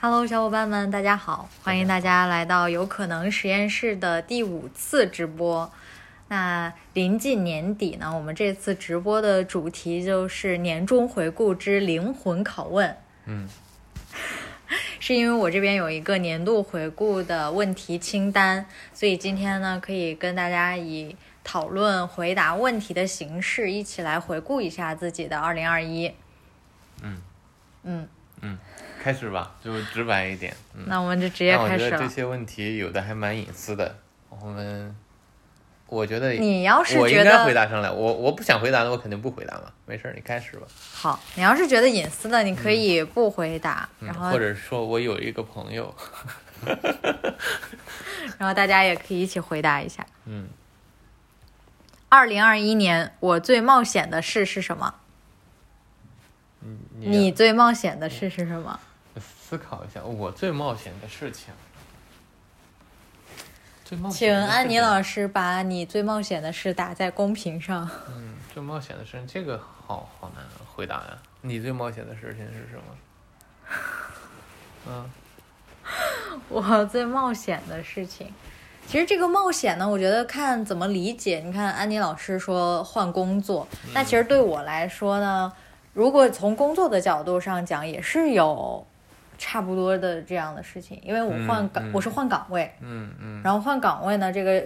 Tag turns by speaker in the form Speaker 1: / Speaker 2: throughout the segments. Speaker 1: Hello，小伙伴们，大家好！欢迎大家来到有可能实验室的第五次直播。那临近年底呢，我们这次直播的主题就是年终回顾之灵魂拷问。
Speaker 2: 嗯，
Speaker 1: 是因为我这边有一个年度回顾的问题清单，所以今天呢，可以跟大家以讨论、回答问题的形式，一起来回顾一下自己的2021。
Speaker 2: 嗯
Speaker 1: 嗯，
Speaker 2: 开始吧，就直白一点。嗯，
Speaker 1: 那我们就直接
Speaker 2: 但我
Speaker 1: 开
Speaker 2: 觉
Speaker 1: 始
Speaker 2: 得这
Speaker 1: 了。
Speaker 2: 些问题有的还蛮隐私的，我们，我觉得
Speaker 1: 你要是
Speaker 2: 我
Speaker 1: 觉得
Speaker 2: 应该回答上来，我我不想回答的，我肯定不回答嘛。没事儿，你开始吧。
Speaker 1: 好，你要是觉得隐私的，你可以不回答，
Speaker 2: 嗯
Speaker 1: 然
Speaker 2: 或
Speaker 1: 后
Speaker 2: 者说我有一个朋友，
Speaker 1: 然后大家也可以一起回答一下。
Speaker 2: 嗯，
Speaker 1: 二零二一年我最冒险的事是什么？
Speaker 2: 你
Speaker 1: 你最冒险的事是什么？
Speaker 2: 思考一下，我最冒险的事情，最冒险
Speaker 1: 请
Speaker 2: 的事情，
Speaker 1: 安妮老师把你最冒险的事打在公屏上。
Speaker 2: 嗯，最冒险的事情，这个好好难回答呀、你最冒险的事情是什 么？嗯，
Speaker 1: 我 最冒险的事情，其实这个冒险呢，我觉得看怎么理解。你看安妮老师说换工作，
Speaker 2: 嗯
Speaker 1: 那其实对我来说呢，如果从工作的角度上讲，也是有差不多的这样的事情，因为我换
Speaker 2: 嗯
Speaker 1: 岗，
Speaker 2: 嗯
Speaker 1: 我是换岗位，
Speaker 2: 嗯嗯
Speaker 1: 然后换岗位呢，这个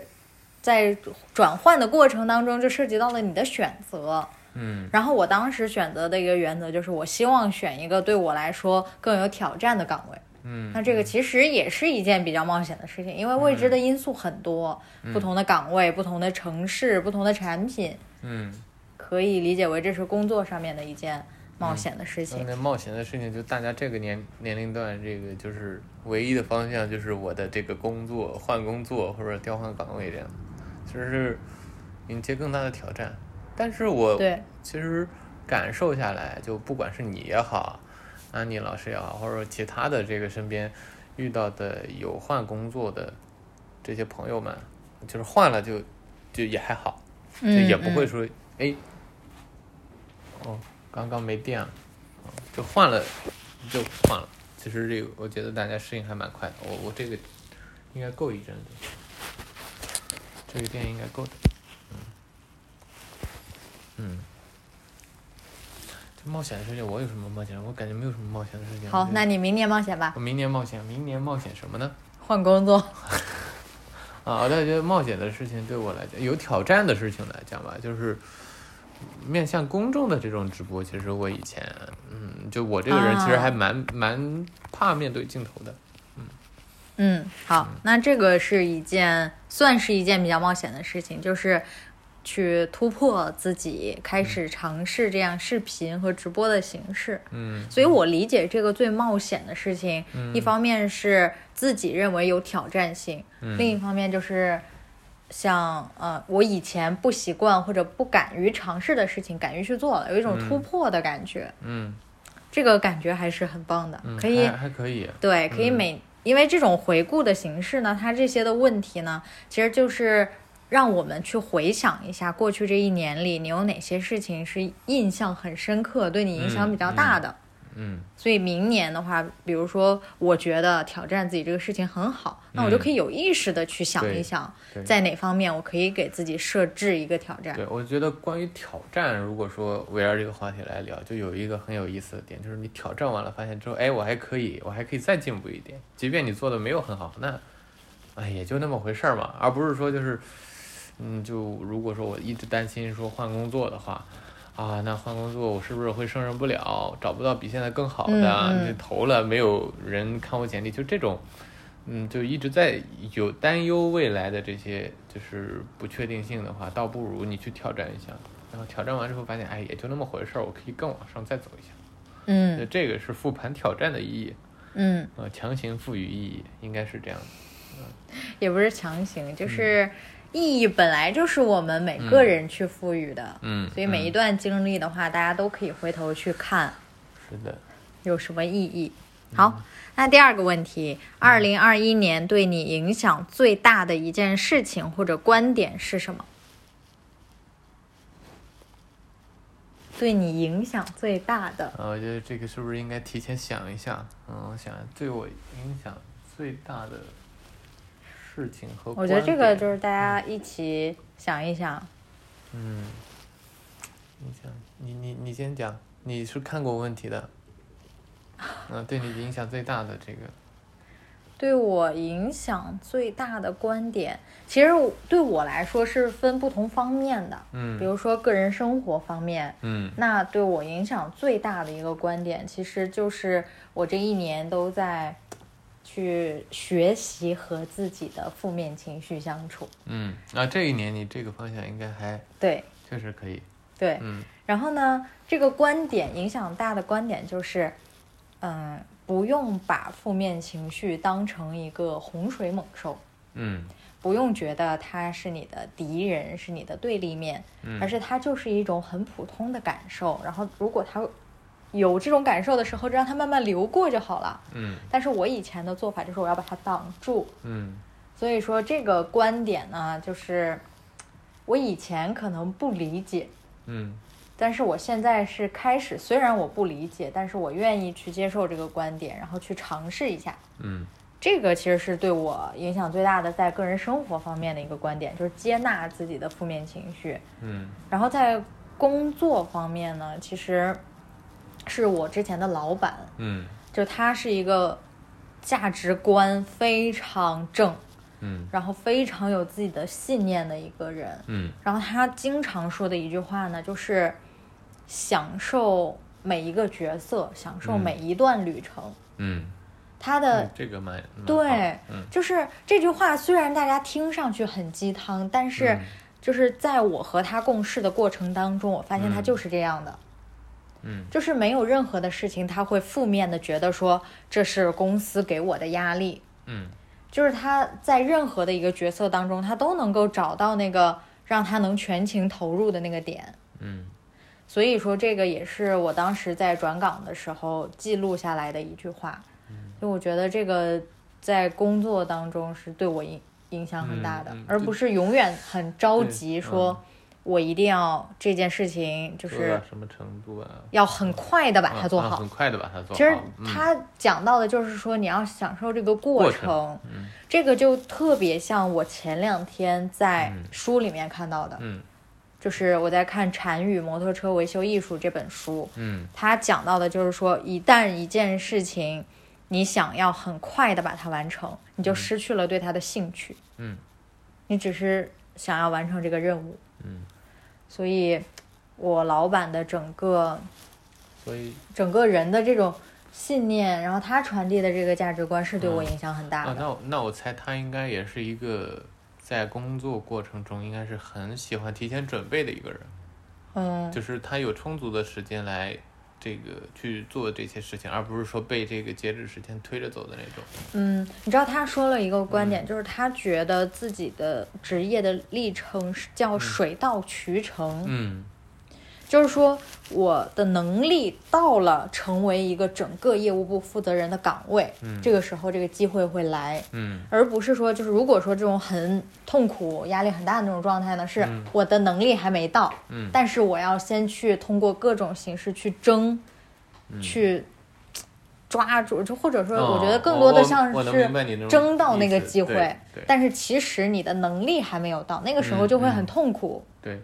Speaker 1: 在转换的过程当中就涉及到了你的选择。
Speaker 2: 嗯
Speaker 1: 然后我当时选择的一个原则就是，我希望选一个对我来说更有挑战的岗位。
Speaker 2: 嗯，
Speaker 1: 那这个其实也是一件比较冒险的事情，因为未知
Speaker 2: 嗯
Speaker 1: 的因素很多，不同的岗位、不同的城市、不同的产品，
Speaker 2: 嗯，
Speaker 1: 可以理解为这是工作上面的一件冒
Speaker 2: 嗯
Speaker 1: 险的事情。
Speaker 2: 那冒险的事情，就大家这个年年龄段，这个就是唯一的方向，就是我的这个工作换工作或者调换岗位这样，其实是迎接更大的挑战。但是我
Speaker 1: 对，
Speaker 2: 其实感受下来，就不管是你也好，安妮老师也好，或者其他的这个身边遇到的有换工作的这些朋友们，就是换了就就也还好，就
Speaker 1: 嗯，
Speaker 2: 也不会
Speaker 1: 嗯
Speaker 2: 说哎、哦，刚刚没电了，哦就换了就换了。其实这个我觉得大家适应还蛮快的，我我这个应该够一阵子，这个电应该够的，嗯嗯。这冒险的事情，我有什么冒险？我感觉没有什么冒险的事情。我
Speaker 1: 好
Speaker 2: 觉，得
Speaker 1: 那你明年冒险吧，
Speaker 2: 我明年冒险，明年冒险什么呢？
Speaker 1: 换工作。
Speaker 2: 啊，我倒觉得冒险的事情对我来讲，有挑战的事情来讲吧，就是面向公众的这种直播，其实我以前，嗯，就我这个人其实
Speaker 1: 啊
Speaker 2: 还蛮、蛮怕面对镜头的。
Speaker 1: 嗯，好，那这个是一件算是一件比较冒险的事情，就是去突破自己，开
Speaker 2: 嗯
Speaker 1: 始尝试这样视频和直播的形式。
Speaker 2: 嗯
Speaker 1: 所以我理解这个最冒险的事情，一方面是自己认为有挑战性，
Speaker 2: 嗯
Speaker 1: 另一方面就是像呃，我以前不习惯或者不敢于尝试的事情，敢于去做了，有一种突破的感觉，
Speaker 2: 嗯
Speaker 1: 这个感觉还是很棒的，
Speaker 2: 嗯，
Speaker 1: 可以
Speaker 2: 还还可以。
Speaker 1: 对，可以每、因为这种回顾的形式呢，它这些的问题呢，其实就是让我们去回想一下过去这一年里，你有哪些事情是印象很深刻，对你影响比较大的。
Speaker 2: 嗯
Speaker 1: 所以明年的话，比如说，我觉得挑战自己这个事情很好，那我就可以有意识的去想一想，
Speaker 2: 嗯对
Speaker 1: 在哪方面我可以给自己设置一个挑战。
Speaker 2: 对，我觉得关于挑战，如果说围绕这个话题来聊，就有一个很有意思的点，就是你挑战完了，发现之后，哎，我还可以，我还可以再进步一点，即便你做的没有很好，那，哎，也就那么回事儿嘛，而不是说就是，嗯，就如果说我一直担心说换工作的话。啊，那换工作我是不是会胜任不了？找不到比现在更好的，
Speaker 1: 嗯嗯
Speaker 2: 你投了没有人看我简历，就这种，嗯，就一直在有担忧未来的这些就是不确定性的话，倒不如你去挑战一下，然后挑战完之后发现，哎，也就那么回事儿，我可以更往上再走一下。那
Speaker 1: 嗯
Speaker 2: 这个是复盘挑战的意义，
Speaker 1: 嗯，
Speaker 2: 呃，强行赋予意义，应该是这样的。
Speaker 1: 也不是强行，就是意义本来就是我们每个
Speaker 2: 嗯
Speaker 1: 人去赋予的。
Speaker 2: 嗯
Speaker 1: 所以每一段经历的话，大家都可以回头去看
Speaker 2: 是的，
Speaker 1: 有什么意义。好，那第二个问题，二零二一年对你影响最大的一件事情或者观点是什么？对你影响最大的？
Speaker 2: 啊，我觉得这个是不是应该提前想一下？嗯，我想对我影响最大的事情和
Speaker 1: 我觉得这个
Speaker 2: 观点
Speaker 1: 就是大家一起想一想。
Speaker 2: 嗯，你讲，你你你先讲，你是看过问题的，嗯、对你影响最大的这个，
Speaker 1: 对我影响最大的观点，其实我对我来说是分不同方面的。比
Speaker 2: 嗯
Speaker 1: 如说个人生活方面，
Speaker 2: 嗯
Speaker 1: 那对我影响最大的一个观点，其实就是我这一年都在去学习和自己的负面情绪相处。
Speaker 2: 嗯，啊，这一年你这个方向应该还
Speaker 1: 对
Speaker 2: 确实可以，
Speaker 1: 对，
Speaker 2: 嗯
Speaker 1: 然后呢，这个观点影响大的观点就是，嗯，不用把负面情绪当成一个洪水猛兽。
Speaker 2: 嗯
Speaker 1: 不用觉得他是你的敌人，是你的对立面，
Speaker 2: 嗯
Speaker 1: 而是它就是一种很普通的感受。然后，如果他有这种感受的时候，就让它慢慢流过就好了。
Speaker 2: 嗯
Speaker 1: 但是我以前的做法就是我要把它挡住。
Speaker 2: 嗯
Speaker 1: 所以说这个观点呢，就是我以前可能不理解，
Speaker 2: 嗯
Speaker 1: 但是我现在是开始，虽然我不理解，但是我愿意去接受这个观点，然后去尝试一下。
Speaker 2: 嗯
Speaker 1: 这个其实是对我影响最大的，在个人生活方面的一个观点，就是接纳自己的负面情绪。
Speaker 2: 嗯
Speaker 1: 然后在工作方面呢，其实是我之前的老板，
Speaker 2: 嗯
Speaker 1: 就他是一个价值观非常正，
Speaker 2: 嗯
Speaker 1: 然后非常有自己的信念的一个人。
Speaker 2: 嗯
Speaker 1: 然后他经常说的一句话呢，就是享受每一个角色，享受
Speaker 2: 嗯
Speaker 1: 每一段旅程。
Speaker 2: 嗯，
Speaker 1: 他的
Speaker 2: 嗯这个蛮蛮好
Speaker 1: 呃对
Speaker 2: 嗯
Speaker 1: 就是这句话虽然大家听上去很鸡汤，但是
Speaker 2: 嗯
Speaker 1: 就是在我和他共事的过程当中，我发现他
Speaker 2: 嗯
Speaker 1: 就是这样的，
Speaker 2: 嗯
Speaker 1: 就是没有任何的事情他会负面的觉得说这是公司给我的压力，
Speaker 2: 嗯
Speaker 1: 就是他在任何的一个角色当中，他都能够找到那个让他能全情投入的那个点。
Speaker 2: 嗯
Speaker 1: 所以说，这个也是我当时在转岗的时候记录下来的一句话。
Speaker 2: 嗯
Speaker 1: 就我觉得这个在工作当中是对我影影响很大的，
Speaker 2: 嗯嗯
Speaker 1: 而不是永远很着急
Speaker 2: 对嗯
Speaker 1: 说，我一定要这件事情就
Speaker 2: 做到
Speaker 1: 是
Speaker 2: 什么程度啊？
Speaker 1: 要很快的把它
Speaker 2: 嗯
Speaker 1: 做
Speaker 2: 啊
Speaker 1: 好。
Speaker 2: 很快的把它做好。
Speaker 1: 其实
Speaker 2: 嗯
Speaker 1: 他讲到的就是说，你要享受这个过
Speaker 2: 过
Speaker 1: 程，
Speaker 2: 程嗯
Speaker 1: 这个就特别像我前两天在
Speaker 2: 嗯
Speaker 1: 书里面看到的，
Speaker 2: 嗯
Speaker 1: 就是我在看《禅语摩托车维修艺术》这本书，
Speaker 2: 嗯
Speaker 1: 他讲到的就是说，一旦一件事情你想要很快的把它完成，你就失去了对它的兴趣，
Speaker 2: 嗯
Speaker 1: 你只是想要完成这个任务。
Speaker 2: 嗯，
Speaker 1: 所以，我老板的整个
Speaker 2: 所以
Speaker 1: 整个人的这种信念，然后他传递的这个价值观是对我影响很大
Speaker 2: 啊，
Speaker 1: 的。
Speaker 2: 那我那我猜他应该也是一个在工作过程中应该是很喜欢提前准备的一个人，
Speaker 1: 嗯，
Speaker 2: 就是他有充足的时间来这个去做这些事情，而不是说被这个截止时间推着走的那种。
Speaker 1: 嗯，你知道他说了一个观
Speaker 2: 嗯
Speaker 1: 点，就是他觉得自己的职业的历程是叫水到渠成。
Speaker 2: 嗯
Speaker 1: 就是说我的能力到了成为一个整个业务部负责人的岗位，
Speaker 2: 嗯
Speaker 1: 这个时候这个机会会来，
Speaker 2: 嗯
Speaker 1: 而不是说就是如果说这种很痛苦、压力很大的那种状态呢，是
Speaker 2: 嗯
Speaker 1: 我的能力还没到，
Speaker 2: 嗯
Speaker 1: 但是我要先去通过各种形式去争，
Speaker 2: 嗯，
Speaker 1: 去抓住，就或者说
Speaker 2: 哦
Speaker 1: 我觉得更多的
Speaker 2: 我
Speaker 1: 像
Speaker 2: 我能明白你那
Speaker 1: 是
Speaker 2: 种
Speaker 1: 争到那
Speaker 2: 意
Speaker 1: 个
Speaker 2: 思
Speaker 1: 机会
Speaker 2: 对，对
Speaker 1: 但是其实你的能力还没有到，那个时候
Speaker 2: 嗯
Speaker 1: 就会很
Speaker 2: 嗯
Speaker 1: 痛苦。
Speaker 2: 对，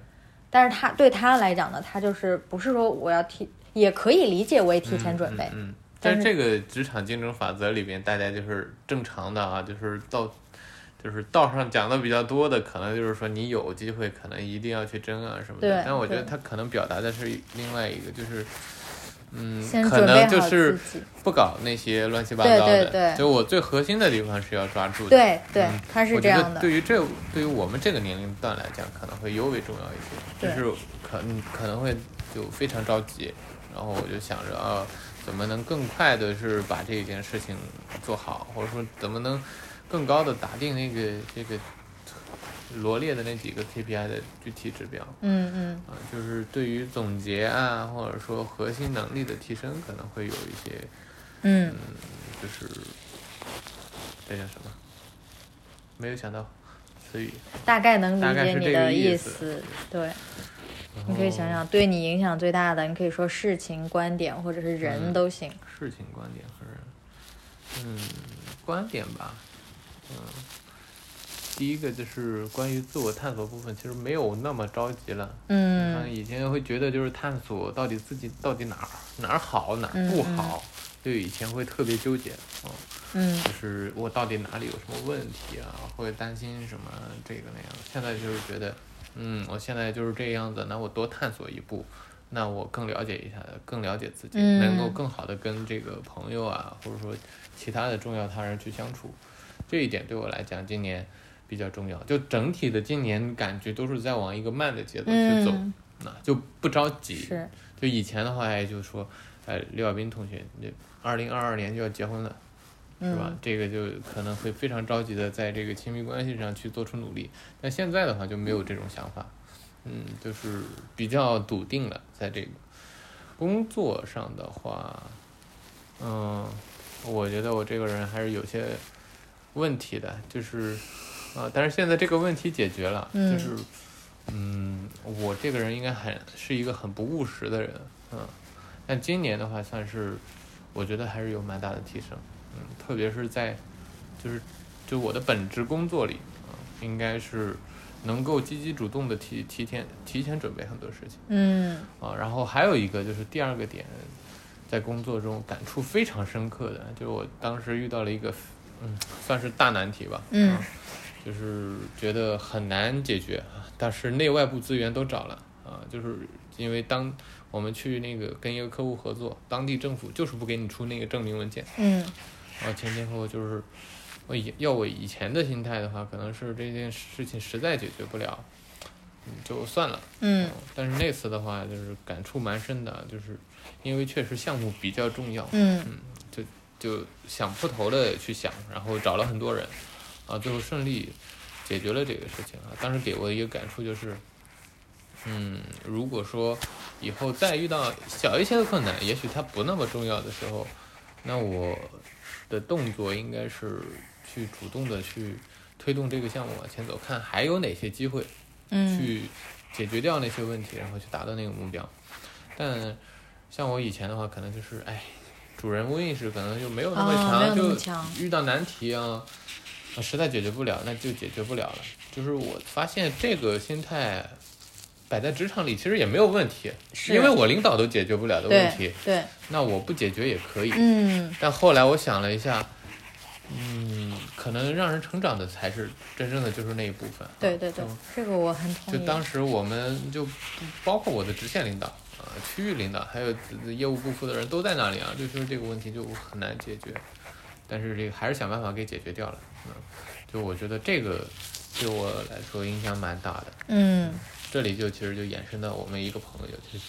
Speaker 1: 但是他对他来讲呢，他就是不是说我要提，也可以理解为提前
Speaker 2: 嗯
Speaker 1: 准备。
Speaker 2: 嗯。嗯
Speaker 1: 但
Speaker 2: 但是
Speaker 1: 是
Speaker 2: 这个职场竞争法则里边，大家就是正常的啊，就是到，就是道上讲的比较多的，可能就是说你有机会，可能一定要去争啊什么的
Speaker 1: 对。
Speaker 2: 但我觉得
Speaker 1: 对
Speaker 2: 他可能表达的是另外一个，就是，嗯
Speaker 1: 先，
Speaker 2: 可
Speaker 1: 准备
Speaker 2: 能就
Speaker 1: 好
Speaker 2: 是
Speaker 1: 自己
Speaker 2: 不搞那些乱七八
Speaker 1: 对
Speaker 2: 糟
Speaker 1: 对
Speaker 2: 的。
Speaker 1: 对
Speaker 2: 就我最核心的地方是要抓住的。
Speaker 1: 对对
Speaker 2: 嗯，
Speaker 1: 他是
Speaker 2: 我
Speaker 1: 这
Speaker 2: 觉得
Speaker 1: 样的。
Speaker 2: 对于这，对于我们这个年龄段来讲，可能会尤为重要一些，
Speaker 1: 对
Speaker 2: 就是可嗯可能会就非常着急，然后我就想着啊，怎么能更快的是把这件事情做好，或者说怎么能更高的打定那个这个罗列的那几个 KPI 的具体指标。
Speaker 1: 嗯嗯，
Speaker 2: 啊，就是对于总结啊，或者说核心能力的提升，可能会有一些，
Speaker 1: 嗯，
Speaker 2: 就是这叫什么？没有想到词语。
Speaker 1: 大概能
Speaker 2: 大
Speaker 1: 理
Speaker 2: 概
Speaker 1: 解
Speaker 2: 是
Speaker 1: 你
Speaker 2: 这个
Speaker 1: 的
Speaker 2: 意
Speaker 1: 意
Speaker 2: 思
Speaker 1: 思。对，
Speaker 2: 嗯，
Speaker 1: 你可以想想对你影响最大的，你可以说事情、观点或者是人
Speaker 2: 嗯
Speaker 1: 都行。
Speaker 2: 事情观点和人，嗯，观点吧，嗯，第一个就是关于自我探索部分，其实没有那么着急了。
Speaker 1: 嗯，
Speaker 2: 以前会觉得就是探索到底自己到底哪儿哪儿好哪儿不好，就以前会特别纠结，嗯，
Speaker 1: 嗯
Speaker 2: 就是我到底哪里有什么问题啊，会担心什么这个那样。现在就是觉得，嗯，我现在就是这样子，那我多探索一步，那我更了解一下，更了解自己，
Speaker 1: 嗯
Speaker 2: 能够更好的跟这个朋友啊，或者说其他的重要他人去相处。这一点对我来讲，今年比较重要。就整体的今年感觉都是在往一个慢的节奏去走，
Speaker 1: 嗯，
Speaker 2: 那就不着急。
Speaker 1: 是，
Speaker 2: 就以前的话，哎就说，哎，刘晓斌同学，你二零二二年就要结婚了。是吧
Speaker 1: 嗯？
Speaker 2: 这个就可能会非常着急的在这个亲密关系上去做出努力，但现在的话就没有这种想法，嗯，就是比较笃定了在这个工作上的话，嗯，我觉得我这个人还是有些问题的，就是啊、但是现在这个问题解决了，
Speaker 1: 嗯
Speaker 2: 就是嗯，我这个人应该很是一个很不务实的人，嗯，但今年的话算是我觉得还是有蛮大的提升。嗯，特别是在就是就我的本职工作里啊，应该是能够积极主动的提提前提前准备很多事情
Speaker 1: 嗯
Speaker 2: 啊。然后还有一个就是第二个点，在工作中感触非常深刻的，就是我当时遇到了一个嗯，算是大难题吧，
Speaker 1: 嗯
Speaker 2: 啊就是觉得很难解决，啊但是内外部资源都找了啊，就是因为当我们去那个跟一个客户合作，当地政府就是不给你出那个证明文件。
Speaker 1: 嗯
Speaker 2: 然后前前后后就是，我以要我以前的心态的话，可能是这件事情实在解决不了，嗯就算了。
Speaker 1: 嗯，
Speaker 2: 但是那次的话，就是感触蛮深的，就是因为确实项目比较重要，
Speaker 1: 嗯
Speaker 2: 就想破头的去想，然后找了很多人，啊，最后顺利解决了这个事情啊。当时给我一个感触就是，嗯，如果说以后再遇到小一些的困难，也许它不那么重要的时候，那我的动作应该是去主动的去推动这个项目往前走，看还有哪些机会
Speaker 1: 嗯
Speaker 2: 去解决掉那些问题，然后去达到那个目标。但像我以前的话，可能就是哎，主人翁意识可能就没有那么
Speaker 1: 哦
Speaker 2: 强，
Speaker 1: 没有那么
Speaker 2: 就
Speaker 1: 强
Speaker 2: 遇到难题啊，啊实在解决不了，那就解决不了了。就是我发现这个心态摆在职场里其实也没有问题，
Speaker 1: 是
Speaker 2: 因为我领导都解决不了的
Speaker 1: 对
Speaker 2: 问题，
Speaker 1: 对，
Speaker 2: 那我不解决也可以。
Speaker 1: 嗯
Speaker 2: 但后来我想了一下，嗯，可能让人成长的才是真正的就是那一部分。
Speaker 1: 对对对
Speaker 2: 就，
Speaker 1: 这个我很同
Speaker 2: 哦就
Speaker 1: 意。
Speaker 2: 当时我们就包括我的直线领导啊、区域领导，还有业务部负责人都在那里啊，就说这个问题就很难解决，但是这个还是想办法给解决掉了。嗯，就我觉得这个对我来说影响蛮大的。
Speaker 1: 嗯
Speaker 2: 这里就其实就延伸到我们一个朋友，就是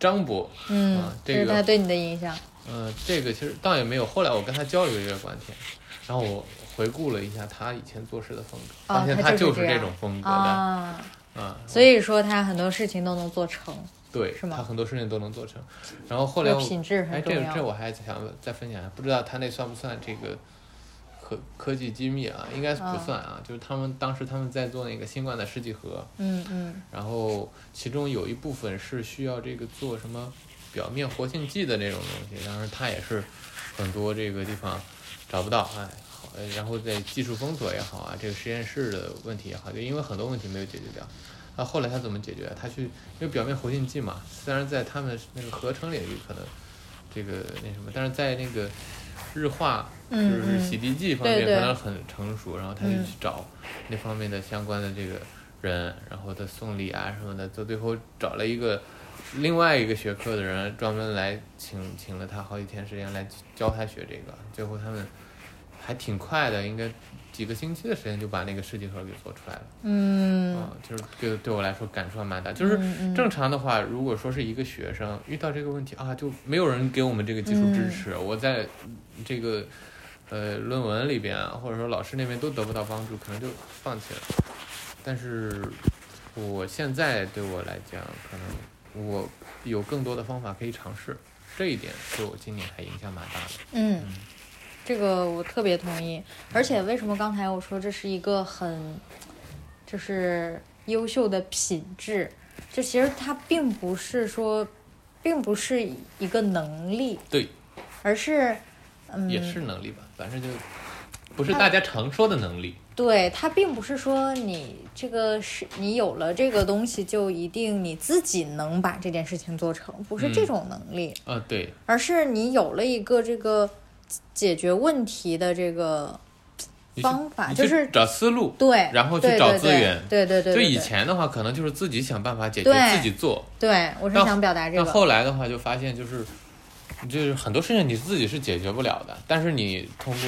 Speaker 2: 张博，
Speaker 1: 嗯
Speaker 2: 啊，
Speaker 1: 这
Speaker 2: 这
Speaker 1: 是
Speaker 2: 个
Speaker 1: 他对你的影响。
Speaker 2: 嗯，这个其实倒也没有。后来我跟他交流这个观点，然后我回顾了一下他以前做事的风格，
Speaker 1: 哦
Speaker 2: 发现
Speaker 1: 他就是这
Speaker 2: 是这
Speaker 1: 样
Speaker 2: 种风格的啊、
Speaker 1: 啊，
Speaker 2: 嗯
Speaker 1: 所以说他很多事情都能做成，
Speaker 2: 对，
Speaker 1: 是吗
Speaker 2: 他很多事情都能做成。然后后来
Speaker 1: 这个
Speaker 2: 我，
Speaker 1: 品质
Speaker 2: 哎，
Speaker 1: 很
Speaker 2: 这
Speaker 1: 重
Speaker 2: 个
Speaker 1: 要。
Speaker 2: 这我还想再分享一下，不知道他那算不算这个科科技机密啊？应该是不
Speaker 1: 嗯
Speaker 2: 算啊。就是他们当时他们在做那个新冠的试剂盒，
Speaker 1: 嗯嗯
Speaker 2: 然后其中有一部分是需要这个做什么表面活性剂的那种东西，当然它也是很多这个地方找不到，哎，好，呃然后在技术封锁也好啊，这个实验室的问题也好，就因为很多问题没有解决掉。那后来他怎么解决？他去因为表面活性剂嘛，虽然在他们那个合成领域可能这个那什么，但是在那个日化就
Speaker 1: 嗯
Speaker 2: 是
Speaker 1: 嗯
Speaker 2: 洗涤剂方
Speaker 1: 对
Speaker 2: 面
Speaker 1: 对
Speaker 2: 可能很成熟，然后他就
Speaker 1: 嗯
Speaker 2: 去找那方面的相关的这个人，然后他送礼啊什么的，到最后找了一个另外一个学科的人专门来请请了他好几天时间来教他学这个，最后他们还挺快的，应该几个星期的时间就把那个试剂盒给做出来了。
Speaker 1: 嗯，
Speaker 2: 啊，就是对对我来说感触还蛮大。就是
Speaker 1: 嗯嗯
Speaker 2: 正常的话，如果说是一个学生遇到这个问题啊，就没有人给我们这个技术支持，我在
Speaker 1: 嗯
Speaker 2: 这个呃论文里边啊，或者说老师那边都得不到帮助，可能就放弃了。但是我现在对我来讲，可能我有更多的方法可以尝试，这一点对我今年还影响蛮大的。
Speaker 1: 嗯，这个我特别同意。而且为什么刚才我说这是一个很，就是优秀的品质，就其实它并不是说，并不是一个能力，
Speaker 2: 对，
Speaker 1: 而是，嗯，
Speaker 2: 也是能力吧，反正就不是大家常说的能力。
Speaker 1: 对，它并不是说你这个是你有了这个东西就一定你自己能把这件事情做成，不是这
Speaker 2: 嗯
Speaker 1: 种能力，
Speaker 2: 啊，对，
Speaker 1: 而是你有了一个这个解决问题的这个
Speaker 2: 你去
Speaker 1: 方法，
Speaker 2: 你
Speaker 1: 就
Speaker 2: 去
Speaker 1: 是
Speaker 2: 找思路。
Speaker 1: 对，
Speaker 2: 然后去
Speaker 1: 对
Speaker 2: 找
Speaker 1: 对
Speaker 2: 资
Speaker 1: 对
Speaker 2: 源
Speaker 1: 对对对，
Speaker 2: 就
Speaker 1: 对
Speaker 2: 以
Speaker 1: 对
Speaker 2: 前的话，可能就是自己想办法解决，
Speaker 1: 对
Speaker 2: 自己做。
Speaker 1: 对我是
Speaker 2: 到
Speaker 1: 想表达这
Speaker 2: 那
Speaker 1: 个，
Speaker 2: 后来的话，就发现就是，就是很多事情你自己是解决不了的，但是你通过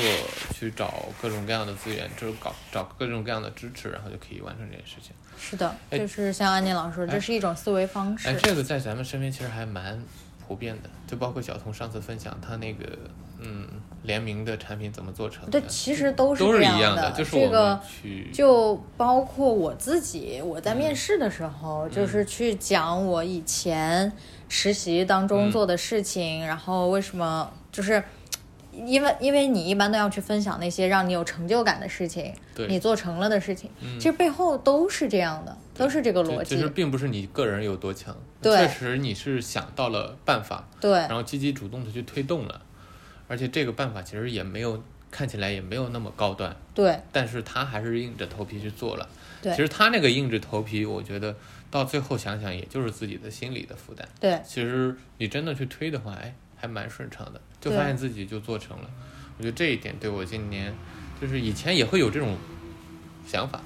Speaker 2: 去找各种各样的资源，就是搞找各种各样的支持，然后就可以完成这件事情。
Speaker 1: 是的，
Speaker 2: 哎
Speaker 1: 就是像安妮老师说，这
Speaker 2: 哎
Speaker 1: 是一种思维方式
Speaker 2: 哎，，这个在咱们身边其实还蛮普遍的，就包括小童上次分享他那个嗯联名的产品怎么做成的
Speaker 1: 对，，其实都是
Speaker 2: 都
Speaker 1: 这
Speaker 2: 是一
Speaker 1: 样
Speaker 2: 样就是
Speaker 1: 这
Speaker 2: 我
Speaker 1: 个
Speaker 2: 们去
Speaker 1: 就包括我自己，我在面试的时候，
Speaker 2: 嗯
Speaker 1: 就是去讲我以前实习当中
Speaker 2: 嗯
Speaker 1: 做的事情，然后为什么就是。因为因为你一般都要去分享那些让你有成就感的事情，
Speaker 2: 对
Speaker 1: 你做成了的事情，
Speaker 2: 嗯
Speaker 1: 其实背后都是这样的，都是这个逻
Speaker 2: 就
Speaker 1: 辑。
Speaker 2: 其实并不是你个人有多强，
Speaker 1: 对
Speaker 2: 确实你是想到了办法，
Speaker 1: 对
Speaker 2: 然后积极主动的去推动了，而且这个办法其实也没有看起来也没有那么高端，
Speaker 1: 对
Speaker 2: 但是他还是硬着头皮去做了。
Speaker 1: 对
Speaker 2: 其实他那个硬着头皮，我觉得到最后想想，也就是自己的心理的负担。
Speaker 1: 对
Speaker 2: 其实你真的去推的话，哎，还蛮顺畅的，就
Speaker 1: 对
Speaker 2: 发现自己就做成了。我觉得这一点对我今年，就是以前也会有这种想法，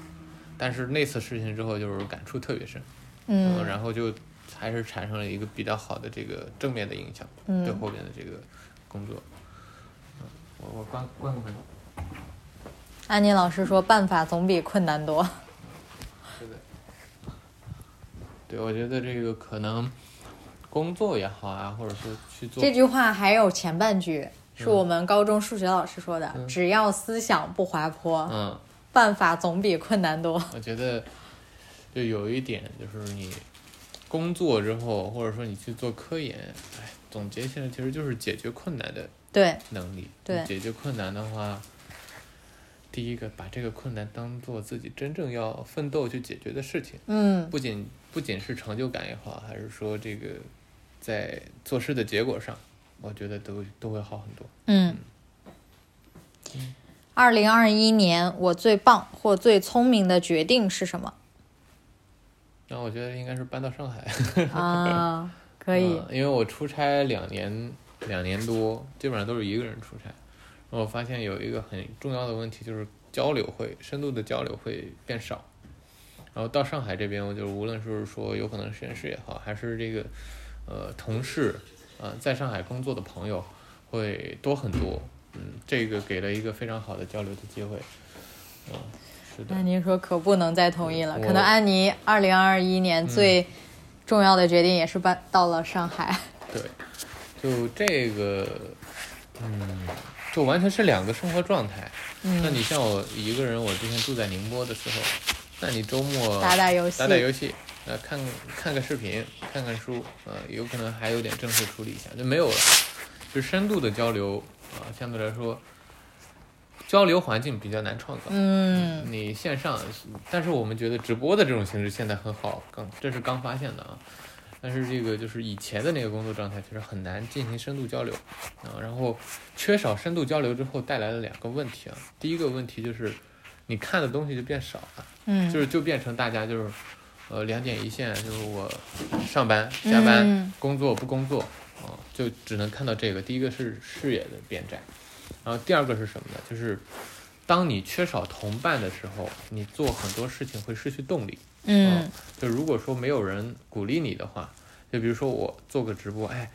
Speaker 2: 但是那次事情之后，就是感触特别深，
Speaker 1: 嗯，
Speaker 2: 然后就还是产生了一个比较好的这个正面的影响，
Speaker 1: 嗯
Speaker 2: 对后边的这个工作。嗯我我关关个门，
Speaker 1: 安妮老师说办法总比困难多。
Speaker 2: 对的。对，我觉得这个可能工作也好啊，或者说去 做
Speaker 1: 这句话还有前半句是我们高中数学老师说的：“
Speaker 2: 嗯
Speaker 1: 只要思想不滑坡，
Speaker 2: 嗯。
Speaker 1: 办法总比困难多。
Speaker 2: 我觉得就有一点就是你工作之后，或者说你去做科研，哎，总结起来其实就是解决困难的
Speaker 1: 对
Speaker 2: 能力。
Speaker 1: 对
Speaker 2: 你解决困难的话，第一个把这个困难当做自己真正要奋斗去解决的事情，”
Speaker 1: 嗯，
Speaker 2: 不仅不仅是成就感也好，还是说这个在做事的结果上，我觉得都都会好很多。
Speaker 1: 嗯，
Speaker 2: 嗯
Speaker 1: 二零二一年我最棒或最聪明的决定是什 么
Speaker 2: 那我觉得应该是搬到上海。
Speaker 1: 啊？可以，
Speaker 2: 嗯因为我出差两年两年多，基本上都是一个人出差。然后我发现有一个很重要的问题就是交流会深度的交流会变少。然后到上海这边，我就无论是说有可能实验室也好，还是这个呃同事呃在上海工作的朋友会多很多。嗯，这个给了一个非常好的交流的机会。嗯，是的
Speaker 1: 安，妮说可不能再同意了。
Speaker 2: 我嗯
Speaker 1: 可能安妮二零二一年最重要的决定也是搬到了上海。
Speaker 2: 对，就这个，嗯，就完全是两个生活状态。那
Speaker 1: 嗯，
Speaker 2: 你像我一个人，我之前住在宁波的时候，那你周末
Speaker 1: 打打游戏
Speaker 2: 打打游戏，呃，看看个视频，看看书，呃，有可能还有点正事处理一下，就没有了。就深度的交流啊、相对来说，交流环境比较难创造。
Speaker 1: 嗯，
Speaker 2: 你线上，但是我们觉得直播的这种形式现在很好，刚这是刚发现的啊。但是这个就是以前的那个工作状态，其实很难进行深度交流啊。然后缺少深度交流之后带来了两个问题啊。第一个问题就是你看的东西就变少了，
Speaker 1: 嗯
Speaker 2: 就是就变成大家就是呃两点一线，就是我上班下班、
Speaker 1: 嗯
Speaker 2: 工作不工作啊、就只能看到这个。第一个是视野的变窄，然后第二个是什么呢？就是当你缺少同伴的时候，你做很多事情会失去动力。
Speaker 1: 嗯
Speaker 2: 就如果说没有人鼓励你的话，就比如说我做个直播，哎，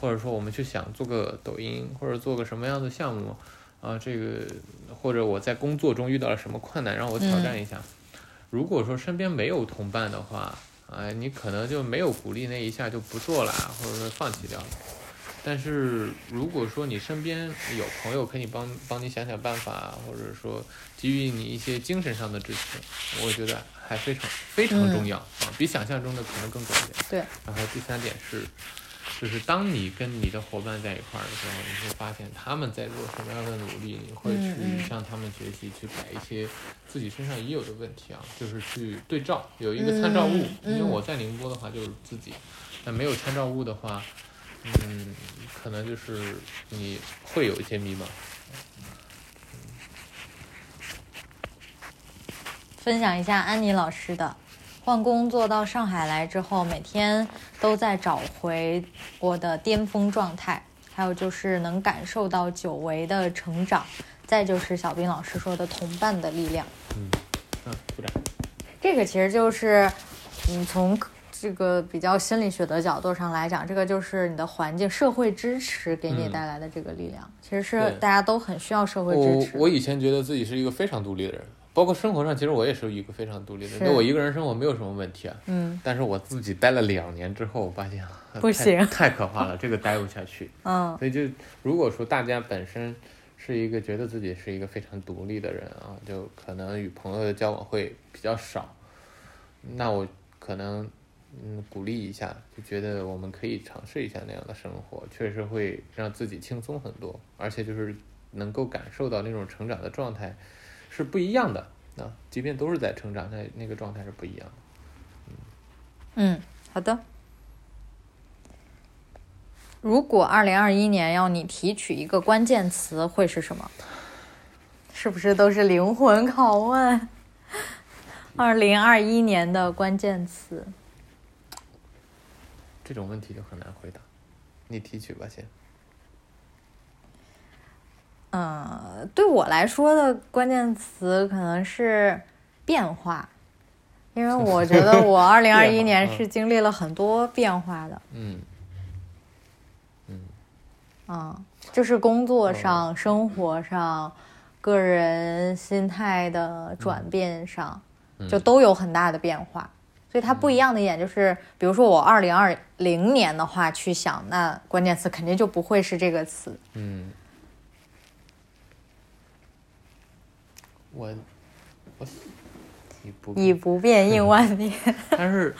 Speaker 2: 或者说我们去想做个抖音，或者做个什么样的项目，啊，这个或者我在工作中遇到了什么困难，让我挑战一下。如果说身边没有同伴的话，啊，你可能就没有鼓励那一下就不做啦，或者说放弃掉了。但是如果说你身边有朋友可以帮帮你想想办法，或者说给予你一些精神上的支持，我觉得还非常非常重要、啊，比想象中的可能更重要一点。
Speaker 1: 嗯对，
Speaker 2: 然后第三点是，就是当你跟你的伙伴在一块儿的时候，你会发现他们在做什么样的努力，你会
Speaker 1: 嗯
Speaker 2: 去
Speaker 1: 嗯
Speaker 2: 向他们学习，去改一些自己身上已有的问题啊，就是去对照，有一个参照物。
Speaker 1: 嗯
Speaker 2: 因为
Speaker 1: 嗯
Speaker 2: 我在宁波的话就是自己，那没有参照物的话，嗯，可能就是你会有一些迷茫。
Speaker 1: 分享一下安妮老师的，换工作到上海来之后，每天都在找回我的巅峰状态，还有就是能感受到久违的成长，再就是小兵老师说的同伴的力量。
Speaker 2: 嗯，嗯，鼓掌。
Speaker 1: 这个其实就是，嗯，从这个比较心理学的角度上来讲，这个就是你的环境、社会支持给你
Speaker 2: 嗯
Speaker 1: 带来的这个力量，其实是
Speaker 2: 对
Speaker 1: 大家都很需要社会支
Speaker 2: 我
Speaker 1: 持。
Speaker 2: 我以前觉得自己是一个非常独立的人，包括生活上，其实我也是一个非常独立的人。
Speaker 1: 是
Speaker 2: 那我一个人生活没有什么问题啊。
Speaker 1: 嗯
Speaker 2: 但是我自己待了两年之后，我发现啊
Speaker 1: 不
Speaker 2: 太
Speaker 1: 行
Speaker 2: 太可怕了，这个待不下去。
Speaker 1: 嗯
Speaker 2: 所以就如果说大家本身是一个觉得自己是一个非常独立的人啊，就可能与朋友的交往会比较少，那我可能嗯鼓励一下，就觉得我们可以尝试一下那样的生活，确实会让自己轻松很多，而且就是能够感受到那种成长的状态是不一样的。啊，即便都是在成长，那那个状态是不一样的。
Speaker 1: 嗯，好的。如果二零二一年要你提取一个关键词，会是什么？是不是都是灵魂拷问？二零二一年的关键词，
Speaker 2: 这种问题就很难回答，你提取吧先。
Speaker 1: 嗯，对我来说的关键词可能是变化，因为我觉得我二零二一年
Speaker 2: 嗯
Speaker 1: 是经历了很多变化的，
Speaker 2: 嗯。
Speaker 1: 嗯，就是工
Speaker 2: 哦
Speaker 1: 作上、生活上、个人心态的
Speaker 2: 嗯
Speaker 1: 转变上，就都有很大的变化。所以它
Speaker 2: 嗯
Speaker 1: 不一样的一点就是，比如说我二零二零年的话去想，那关键词肯定就不会是这个词。
Speaker 2: 嗯，我我你不
Speaker 1: 以不变应 万变，
Speaker 2: 但是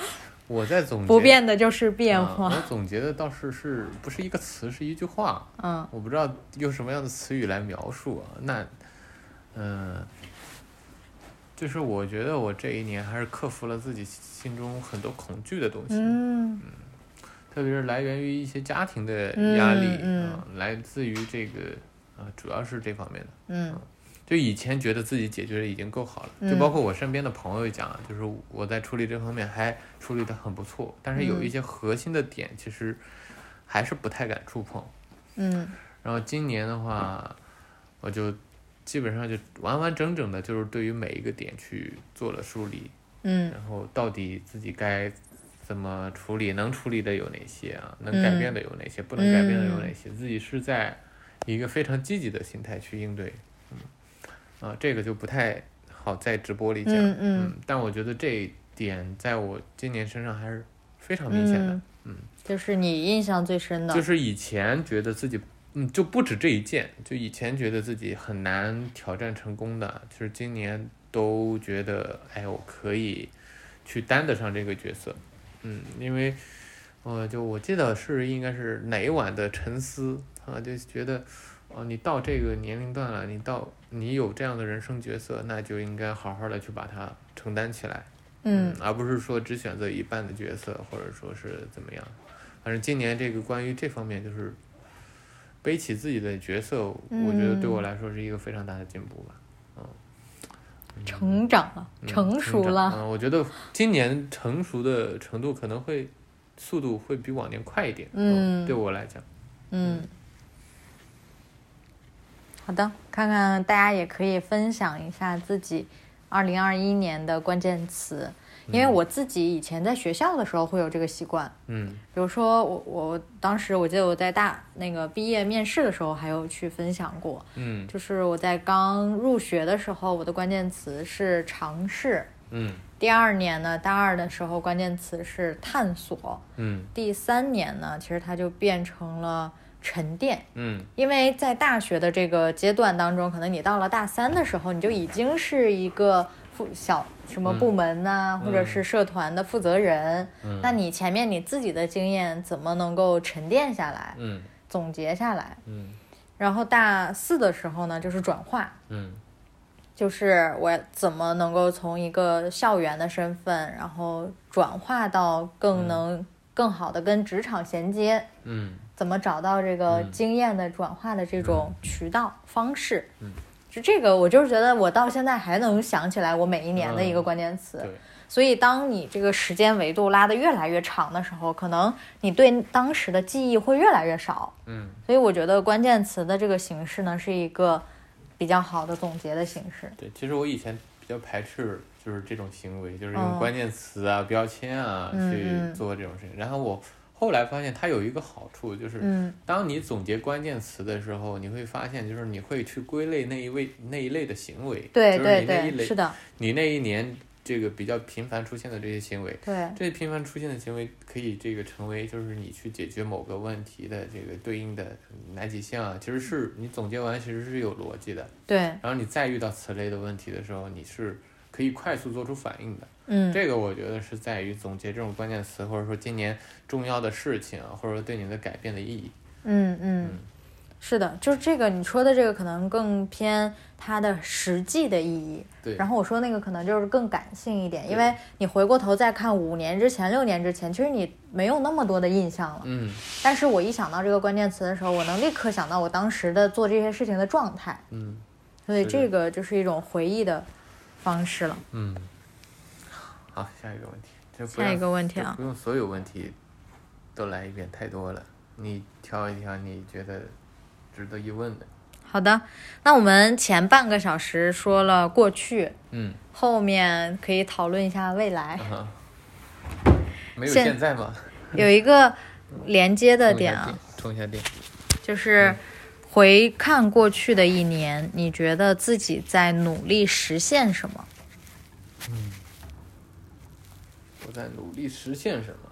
Speaker 2: 我在总结
Speaker 1: 不变的就是变
Speaker 2: 啊
Speaker 1: 化。
Speaker 2: 我总结的倒是是不是一个词，是一句话。
Speaker 1: 嗯
Speaker 2: 我不知道用什么样的词语来描述啊。那，嗯、就是我觉得我这一年还是克服了自己心中很多恐惧的东西。
Speaker 1: 嗯
Speaker 2: 特别是来源于一些家庭的压力，
Speaker 1: 嗯嗯
Speaker 2: 啊来自于这个，啊、主要是这方面的。
Speaker 1: 嗯
Speaker 2: 就以前觉得自己解决的已经够好了，
Speaker 1: 嗯
Speaker 2: 就包括我身边的朋友讲啊，就是我在处理这方面还处理的很不错，但是有一些核心的点其实还是不太敢触碰。
Speaker 1: 嗯
Speaker 2: 然后今年的话，我就基本上就完完整整的，就是对于每一个点去做了梳理，
Speaker 1: 嗯
Speaker 2: 然后到底自己该怎么处理，能处理的有哪些啊？
Speaker 1: 嗯
Speaker 2: 能改变的有哪些？不能改变的有哪些？自己是在一个非常积极的心态去应对，嗯，啊，这个就不太好在直播里讲，
Speaker 1: 嗯嗯
Speaker 2: 但我觉得这一点在我今年身上还是非常明显的，
Speaker 1: 嗯，就是你印象最深的，
Speaker 2: 就是以前觉得自己。嗯，就不止这一件，就以前觉得自己很难挑战成功的，就是今年都觉得，哎，我可以去担得上这个角色。嗯，因为，呃，就我记得是应该是哪一晚的沉思啊，就觉得，哦、你到这个年龄段了，你到你有这样的人生角色，那就应该好好的去把它承担起来。
Speaker 1: 嗯，
Speaker 2: 而不是说只选择一半的角色，或者说是怎么样。反正今年这个关于这方面就是背起自己的角色，我觉得对我
Speaker 1: 嗯
Speaker 2: 来说是一个非常大的进步吧。
Speaker 1: 成长了，
Speaker 2: 嗯
Speaker 1: 成熟
Speaker 2: 长
Speaker 1: 了，
Speaker 2: 嗯，我觉得今年成熟的程度可能会速度会比往年快一点。
Speaker 1: 嗯
Speaker 2: 对我来讲，
Speaker 1: 嗯，好的，看看大家也可以分享一下自己二零二一年的关键词，因为我自己以前在学校的时候会有这个习惯，
Speaker 2: 嗯
Speaker 1: 比如说我我当时我记得我在大那个毕业面试的时候还有去分享过，
Speaker 2: 嗯
Speaker 1: 就是我在刚入学的时候，我的关键词是尝试。
Speaker 2: 嗯
Speaker 1: 第二年呢，大二的时候关键词是探索。
Speaker 2: 嗯
Speaker 1: 第三年呢，其实它就变成了沉淀，
Speaker 2: 嗯
Speaker 1: 因为在大学的这个阶段当中，可能你到了大三的时候，你就已经是一个负小什么部门呐、或者是社团的负责人，
Speaker 2: 嗯
Speaker 1: 那你前面你自己的经验怎么能够沉淀下来、
Speaker 2: 嗯
Speaker 1: 总结下来？
Speaker 2: 嗯
Speaker 1: 然后大四的时候呢，就是转化，
Speaker 2: 嗯
Speaker 1: 就是我怎么能够从一个校园的身份，然后转化到更能、更好的跟职场衔接，
Speaker 2: 嗯
Speaker 1: 怎么找到这个
Speaker 2: 嗯
Speaker 1: 经验的转化的这种渠道、方式。
Speaker 2: 嗯
Speaker 1: 就这个，我就是觉得我到现在还能想起来我每一年的一个
Speaker 2: 嗯
Speaker 1: 关键词，
Speaker 2: 对
Speaker 1: 所以当你这个时间维度拉得越来越长的时候，可能你对当时的记忆会越来越少。
Speaker 2: 嗯
Speaker 1: 所以我觉得关键词的这个形式呢，是一个比较好的总结的形式。
Speaker 2: 对，其实我以前比较排斥就是这种行为，就是
Speaker 1: 嗯
Speaker 2: 用关键词啊、标签啊
Speaker 1: 嗯嗯
Speaker 2: 去做这种事情。然后我后来发现它有一个好处，就是
Speaker 1: 嗯
Speaker 2: 当你总结关键词的时候，你会发现就是你会去归类那一位那一类的行为，，
Speaker 1: 对
Speaker 2: 就是
Speaker 1: 对
Speaker 2: 你那
Speaker 1: 对，
Speaker 2: 一类
Speaker 1: 是的，
Speaker 2: 你那一年这个比较频繁出现的这些行为。
Speaker 1: 对，
Speaker 2: 这些频繁出现的行为可以这个成为就是你去解决某个问题的这个对应的哪几项啊？其实是你总结完其实是有逻辑的，
Speaker 1: 对，
Speaker 2: 然后你再遇到此类的问题的时候，你是可以快速做出反应的。
Speaker 1: 嗯，
Speaker 2: 这个我觉得是在于总结这种关键词，或者说今年重要的事情啊，或者说对你的改变的意义。
Speaker 1: 嗯嗯
Speaker 2: 嗯，
Speaker 1: 是的，就是这个你说的这个可能更偏它的实际的意义，
Speaker 2: 对，
Speaker 1: 然后我说那个可能就是更感性一点，因
Speaker 2: 对
Speaker 1: 为你回过头再看五年之前、六年之前，其实你没有那么多的印象了。
Speaker 2: 嗯
Speaker 1: 但是我一想到这个关键词的时候，我能立刻想到我当时的做这些事情的状态，
Speaker 2: 嗯
Speaker 1: 所以
Speaker 2: 是的
Speaker 1: 这个就是一种回忆的方式了。
Speaker 2: 嗯。好，下一个问题，就不
Speaker 1: 下一
Speaker 2: 要
Speaker 1: 个问题啊
Speaker 2: 不，用所有问题都来一遍，太多了。你挑一挑你觉得值得一问的。
Speaker 1: 好的，那我们前半个小时说了过去，
Speaker 2: 嗯，
Speaker 1: 后面可以讨论一下未来。
Speaker 2: 啊、没有
Speaker 1: 现
Speaker 2: 现在吗？
Speaker 1: 有一个连接的点啊，
Speaker 2: 充一下电，充一下电。嗯
Speaker 1: 就是回看过去的一年，你觉得自己在努力实现什么？
Speaker 2: 我在努力实现什么？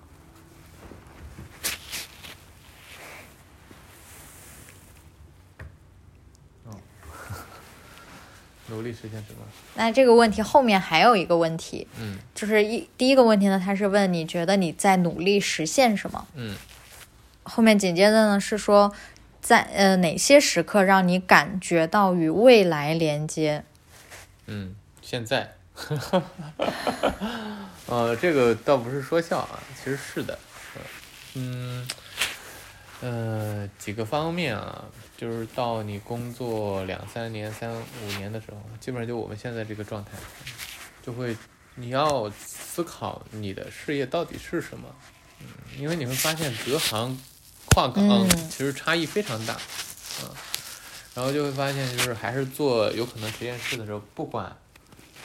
Speaker 2: 哦， 努力实现什么？
Speaker 1: 那这个问题后面还有一个问题，
Speaker 2: 嗯
Speaker 1: 就是一第一个问题呢，他是问你觉得你在努力实现什么？
Speaker 2: 嗯
Speaker 1: 后面紧接着呢是说，在呃哪些时刻让你感觉到与未来连接？
Speaker 2: 嗯，现在，呃，这个倒不是说笑啊，其实是的，嗯呃几个方面啊，就是到你工作两三年、三五年的时候，基本上就我们现在这个状态，就会你要思考你的事业到底是什么，嗯，因为你会发现隔行跨岗、
Speaker 1: 嗯
Speaker 2: 其实差异非常大，嗯，然后就会发现就是还是做有可能实验室的时候，不管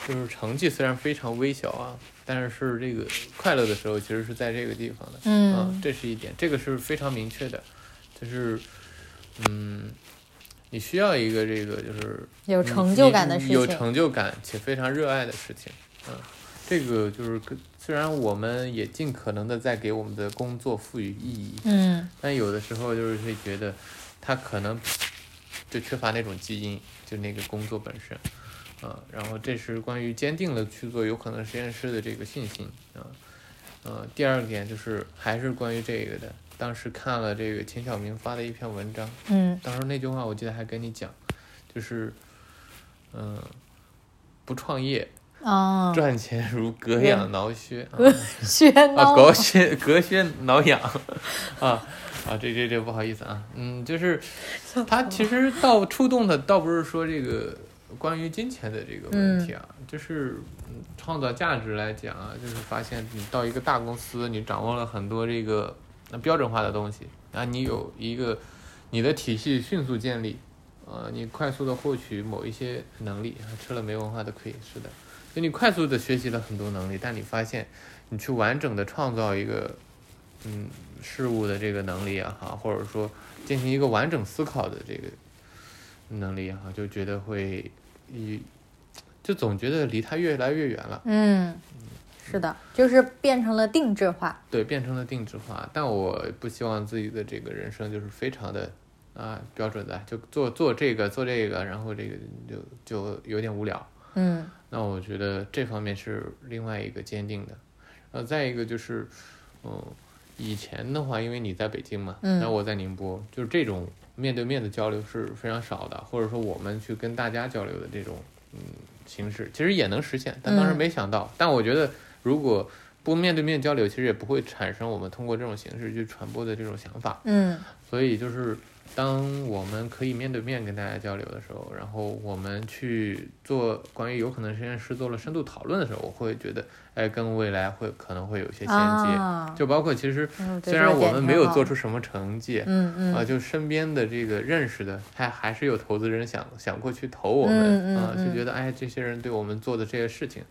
Speaker 2: 就是成绩虽然非常微小啊，但是是这个快乐的时候其实是在这个地方的，啊
Speaker 1: 嗯
Speaker 2: 这是一点，这个是非常明确的，就是嗯，你需要一个这个就是
Speaker 1: 有
Speaker 2: 你
Speaker 1: 成就感的
Speaker 2: 你
Speaker 1: 事
Speaker 2: 有
Speaker 1: 情。
Speaker 2: 成就感且非常热爱的事情，嗯，这个就是跟虽然我们也尽可能的在给我们的工作赋予意义，
Speaker 1: 嗯
Speaker 2: 但有的时候就是会觉得他可能就缺乏那种基因，就那个工作本身啊。然后这是关于坚定了去做有可能实验室的这个信心啊。呃，第二点就是还是关于这个的，当时看了这个秦晓明发的一篇文章，
Speaker 1: 嗯
Speaker 2: 当时那句话我记得还跟你讲，就是嗯、不创业
Speaker 1: 啊，
Speaker 2: 赚钱如隔痒挠靴。啊
Speaker 1: 喧
Speaker 2: 啊，
Speaker 1: 闹。
Speaker 2: 隔靴隔靴挠痒， 啊啊，这这这不好意思啊，嗯，就是他其实倒触动的倒不是说这个关于金钱的这个问题啊，就是嗯创造价值来讲啊，就是发现你到一个大公司，你掌握了很多这个呃标准化的东西，啊，你有一个你的体系迅速建立，呃，你快速的获取某一些能力，啊吃了没文化的亏，是的，就你快速的学习了很多能力，但你发现你去完整的创造一个嗯事物的这个能力也好，或者说进行一个完整思考的这个能力也好，就觉得会一就总觉得离它越来越远了。
Speaker 1: 嗯，是的，就是变成了定制化。
Speaker 2: 对，变成了定制化。但我不希望自己的这个人生就是非常的啊标准的，就做做这个做这个，然后这个就就有点无聊。
Speaker 1: 嗯
Speaker 2: 那我觉得这方面是另外一个坚定的。呃，再一个就是，嗯、以前的话，因为你在北京嘛，
Speaker 1: 嗯
Speaker 2: 然后我在宁波，就是这种面对面的交流是非常少的，或者说我们去跟大家交流的这种嗯形式，其实也能实现，但当时
Speaker 1: 嗯
Speaker 2: 没想到。但我觉得如果不面对面交流，其实也不会产生我们通过这种形式去传播的这种想法。
Speaker 1: 嗯
Speaker 2: 所以就是当我们可以面对面跟大家交流的时候，然后我们去做关于有可能实验室做了深度讨论的时候，我会觉得，哎，跟未来会可能会有一些衔接。
Speaker 1: 啊，
Speaker 2: 就包括其实
Speaker 1: 嗯
Speaker 2: 虽然我们没有
Speaker 1: 对
Speaker 2: 做，
Speaker 1: 这个点挺好
Speaker 2: 出什么成绩，
Speaker 1: 嗯嗯
Speaker 2: 啊，就身边的这个认识的，还还是有投资人想想过去投我们，
Speaker 1: 嗯嗯
Speaker 2: 啊，
Speaker 1: 嗯
Speaker 2: 就觉得哎，这些人对我们做的这些事情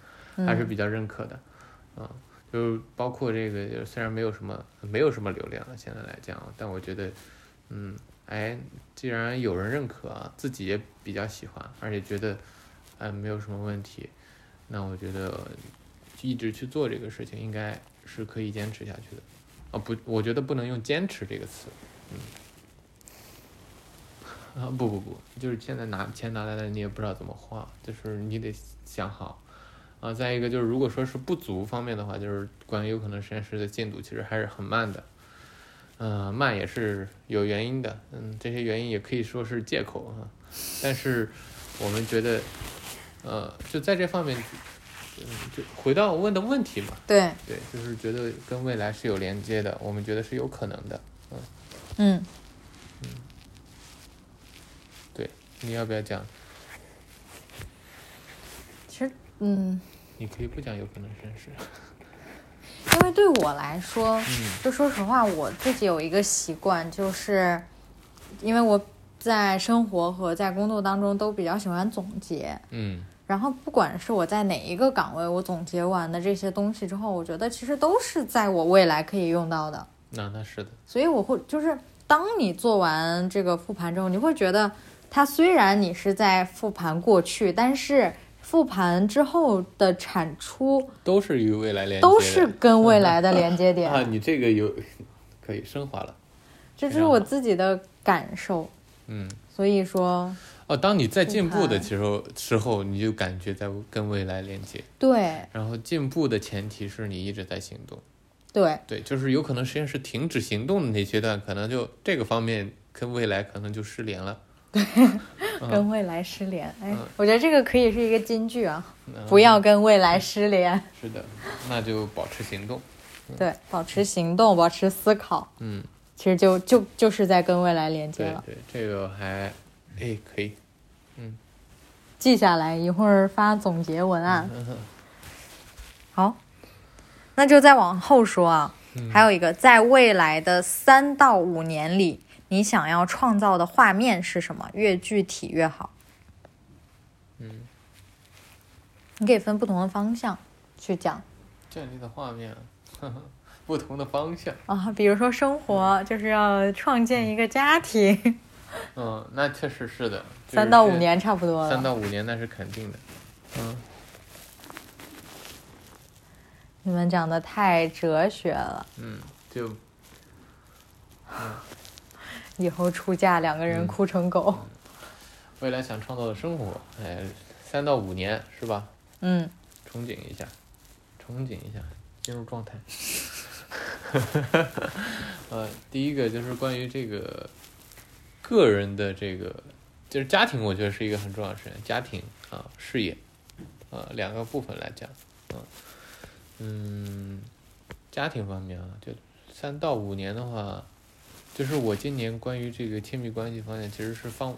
Speaker 2: 还是比较认可的，啊，就是包括这个，虽然没有什么没有什么流量了，现在来讲，但我觉得，嗯，哎，既然有人认可啊，自己也比较喜欢，而且觉得，哎，没有什么问题，那我觉得一直去做这个事情，应该是可以坚持下去的。啊不，我觉得不能用“坚持”这个词，嗯啊，不不不，就是现在拿钱拿来了，你也不知道怎么花，就是你得想好。啊，再一个就是，如果说是不足方面的话，就是关于有可能实验室的进度其实还是很慢的。嗯、慢也是有原因的，嗯，这些原因也可以说是借口啊。但是我们觉得，呃，就在这方面，嗯，就回到问的问题嘛，
Speaker 1: 对，
Speaker 2: 对，就是觉得跟未来是有连接的，我们觉得是有可能的。
Speaker 1: 嗯，
Speaker 2: 对，你要不要讲？
Speaker 1: 其实嗯，
Speaker 2: 你可以不讲有可能实验室。
Speaker 1: 因为对我来说，
Speaker 2: 嗯。
Speaker 1: 就说实话，我自己有一个习惯，就是因为我在生活和在工作当中都比较喜欢总结，
Speaker 2: 嗯
Speaker 1: 然后不管是我在哪一个岗位，我总结完的这些东西之后，我觉得其实都是在我未来可以用到的。，
Speaker 2: 那那是的，
Speaker 1: 所以我会就是当你做完这个复盘之后，你会觉得它虽然你是在复盘过去，但是复盘之后的产出
Speaker 2: 都是与未来连接的
Speaker 1: 都是跟未来的连接点。
Speaker 2: 啊，你这个有可以升华了，
Speaker 1: 这就是我自己的感受。
Speaker 2: 嗯，
Speaker 1: 所以说，
Speaker 2: 哦，当你在进步的
Speaker 1: 复盘
Speaker 2: 时候时候，你就感觉在跟未来连接，
Speaker 1: 对
Speaker 2: 然后进步的前提是你一直在行动，
Speaker 1: 对
Speaker 2: 对，就是有可能实验室停止行动的那阶段，可能就这个方面跟未来可能就失联了，
Speaker 1: 跟未来失联，哎
Speaker 2: 嗯，
Speaker 1: 我觉得这个可以是一个金句啊，
Speaker 2: 嗯
Speaker 1: 不要跟未来失联。
Speaker 2: 是的，那就保持行动，
Speaker 1: 对，保持行动，保持思考，
Speaker 2: 嗯，
Speaker 1: 其实就就就是在跟未来连接
Speaker 2: 对
Speaker 1: 了。
Speaker 2: 对，这个还哎可以，
Speaker 1: 记下来，一会儿发总结文案。好，那就再往后说啊。
Speaker 2: 嗯
Speaker 1: 还有一个，在未来的三到五年里，你想要创造的画面是什么？越具体越好。
Speaker 2: 嗯，
Speaker 1: 你可以分不同的方向去讲
Speaker 2: 建立的画面， 呵呵不同的方向。
Speaker 1: 啊，比如说生活，就是要创建一个家庭，
Speaker 2: 嗯，那确实是的，就 是
Speaker 1: 三到五
Speaker 2: 这，
Speaker 1: 年差不多
Speaker 2: 三
Speaker 1: 了。
Speaker 2: 到五年那是肯定的。嗯，
Speaker 1: 你们讲的太哲学了，
Speaker 2: 嗯就
Speaker 1: 以后出嫁两个人
Speaker 2: 嗯
Speaker 1: 哭成狗。
Speaker 2: 未来想创造的生活，哎，三到五年是吧？
Speaker 1: 嗯，
Speaker 2: 憧憬一下，憧憬一下，进入状态。 呃，第一个就是关于这个个人的这个，就是家庭，我觉得是一个很重要的事情，家庭啊、事业啊、两个部分来讲，啊，嗯，家庭方面啊，就三到五年的话，就是我今年关于这个亲密关系方面其实是放，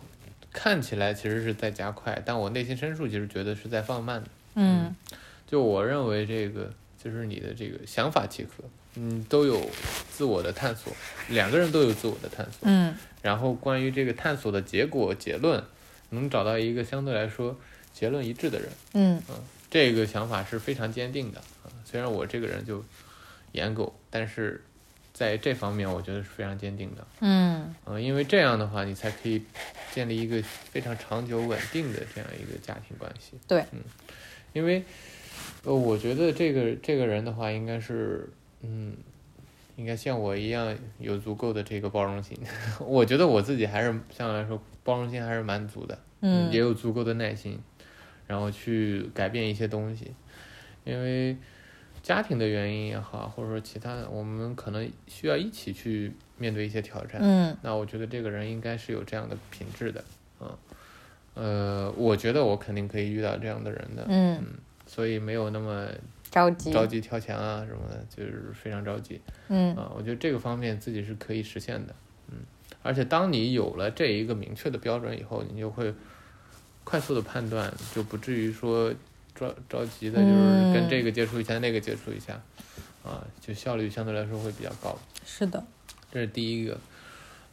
Speaker 2: 看起来其实是在加快，但我内心深处其实觉得是在放慢的。
Speaker 1: 嗯
Speaker 2: 就我认为这个就是你的这个想法契合，嗯，都有自我的探索，两个人都有自我的探索，
Speaker 1: 嗯
Speaker 2: 然后关于这个探索的结果结论，能找到一个相对来说结论一致的人，
Speaker 1: 嗯
Speaker 2: 这个想法是非常坚定的啊。虽然我这个人就颜狗，但是在这方面我觉得是非常坚定的。
Speaker 1: 嗯
Speaker 2: 嗯，因为这样的话，你才可以建立一个非常长久稳定的这样一个家庭关系。
Speaker 1: 对
Speaker 2: 嗯，因为呃，我觉得这个这个人的话，应该是嗯，应该像我一样有足够的这个包容心。 我觉得我自己还是相对来说包容心还是蛮足的，
Speaker 1: 嗯
Speaker 2: 也有足够的耐心，然后去改变一些东西，因为家庭的原因也好，或者说其他的，我们可能需要一起去面对一些挑战。
Speaker 1: 嗯
Speaker 2: 那我觉得这个人应该是有这样的品质的，嗯，呃，我觉得我肯定可以遇到这样的人的，
Speaker 1: 嗯，
Speaker 2: 所以没有那么
Speaker 1: 着急，
Speaker 2: 着急跳墙啊什么的，就是非常着急
Speaker 1: 嗯
Speaker 2: 啊。我觉得这个方面自己是可以实现的，嗯，而且当你有了这一个明确的标准以后，你就会快速的判断，就不至于说着着急的，就是跟
Speaker 1: 嗯
Speaker 2: 这个接触一下，那个接触一下，啊，就效率相对来说会比较高。
Speaker 1: 是的，
Speaker 2: 这是第一个。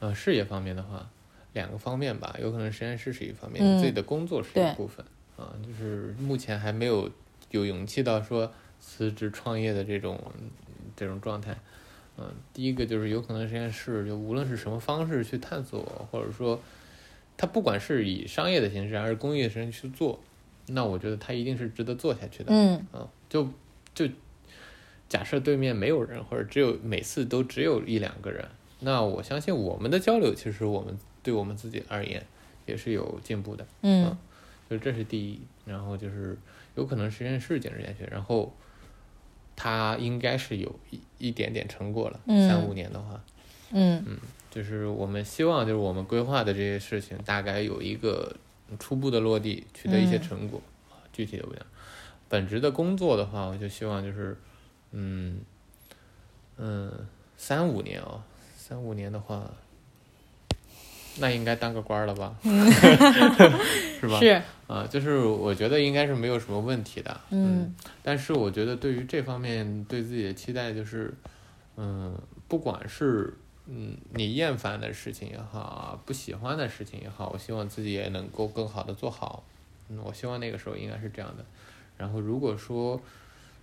Speaker 2: 呃，事业方面的话，两个方面吧，有可能实验室是一方面，
Speaker 1: 嗯
Speaker 2: 自己的工作是
Speaker 1: 对
Speaker 2: 一部分啊、就是目前还没有有勇气到说辞职创业的这种这种状态。嗯、第一个就是有可能实验室就无论是什么方式去探索，或者说它不管是以商业的形式还是工业的形式去做，那我觉得它一定是值得做下去的。
Speaker 1: 嗯
Speaker 2: 啊，就就假设对面没有人，或者只有每次都只有一两个人，那我相信我们的交流，其实我们对我们自己而言也是有进步的，
Speaker 1: 嗯
Speaker 2: 就这是第一。然后就是有可能实验室坚持下去，然后他应该是有一一点点成果了，
Speaker 1: 嗯
Speaker 2: 三五年的话，
Speaker 1: 嗯
Speaker 2: 就是我们希望就是我们规划的这些事情大概有一个初步的落地，取得一些
Speaker 1: 嗯
Speaker 2: 成果，啊具体的不讲。本职的工作的话，我就希望就是，嗯嗯，三五年啊、三五年的话，那应该当个官儿了吧， 是吧？
Speaker 1: 嗯是，
Speaker 2: 啊，就是我觉得应该是没有什么问题的，
Speaker 1: 嗯
Speaker 2: 但是我觉得对于这方面对自己的期待就是，嗯，不管是嗯你厌烦的事情也好啊，不喜欢的事情也好，我希望自己也能够更好的做好。嗯，我希望那个时候应该是这样的。然后如果说，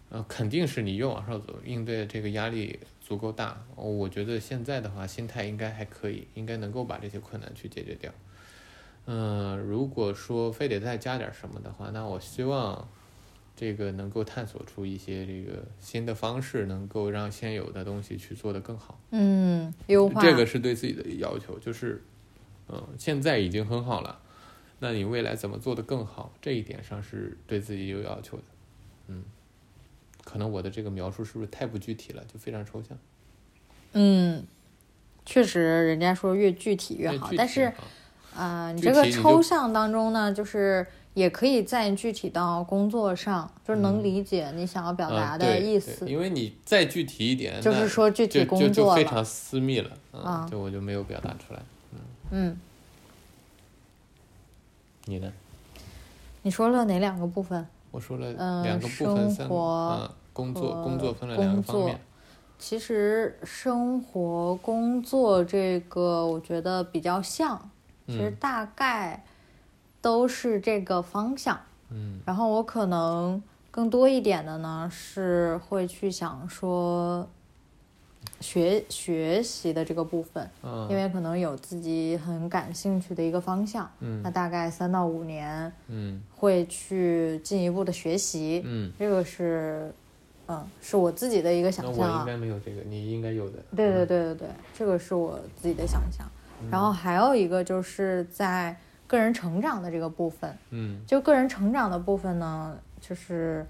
Speaker 2: 呃，肯定是你越往上走，应对的这个压力足够大。哦我觉得现在的话，心态应该还可以，应该能够把这些困难去解决掉。嗯，如果说非得再加点什么的话，那我希望这个能够探索出一些这个新的方式，能够让现有的东西去做得更好。
Speaker 1: 嗯，优化
Speaker 2: 这个是对自己的要求，就是，嗯，现在已经很好了，那你未来怎么做得更好，这一点上是对自己有要求的。嗯，可能我的这个描述是不是太不具体了，就非常抽象？
Speaker 1: 嗯，确实，人家说越具体越
Speaker 2: 那
Speaker 1: 好
Speaker 2: 具，体
Speaker 1: 但是
Speaker 2: 啊
Speaker 1: 啊、你
Speaker 2: 具
Speaker 1: 这个
Speaker 2: 体你就
Speaker 1: 抽象当中呢，就是也可以再具体到工作上，就是能
Speaker 2: 嗯
Speaker 1: 理解你想要表
Speaker 2: 嗯
Speaker 1: 达的
Speaker 2: 对
Speaker 1: 意思，
Speaker 2: 对因为你再具体一点，
Speaker 1: 就是
Speaker 2: 那
Speaker 1: 说具体
Speaker 2: 就
Speaker 1: 工
Speaker 2: 就就
Speaker 1: 作
Speaker 2: 非
Speaker 1: 了
Speaker 2: 常私密了，
Speaker 1: 啊
Speaker 2: 嗯，就我就没有表达出来。
Speaker 1: 嗯，
Speaker 2: 你呢？
Speaker 1: 你说了哪两个部分？
Speaker 2: 我说
Speaker 1: 嗯
Speaker 2: 了两个部分，
Speaker 1: 生
Speaker 2: 三个，
Speaker 1: 活
Speaker 2: 嗯，工作，工
Speaker 1: 和
Speaker 2: 作分了两个
Speaker 1: 工
Speaker 2: 方
Speaker 1: 作
Speaker 2: 面，
Speaker 1: 其实生活、工作这个，我觉得比较像，其实
Speaker 2: 嗯
Speaker 1: 大概都是这个方向。
Speaker 2: 嗯
Speaker 1: 然后我可能更多一点的呢，是会去想说学学习的这个部分，
Speaker 2: 嗯，
Speaker 1: 因为可能有自己很感兴趣的一个方向，那
Speaker 2: 嗯
Speaker 1: 大概三到五年
Speaker 2: 嗯
Speaker 1: 会去进一步的学习，
Speaker 2: 嗯，
Speaker 1: 这个是，嗯，是我自己的一个想
Speaker 2: 那
Speaker 1: 象
Speaker 2: 我应
Speaker 1: 啊。
Speaker 2: 该没有这个，你应该有的。
Speaker 1: 对对
Speaker 2: 嗯，
Speaker 1: 对对对，这个是我自己的想象。然后还有一个就是在个人成长的这个部分，
Speaker 2: 嗯
Speaker 1: 就个人成长的部分呢，就是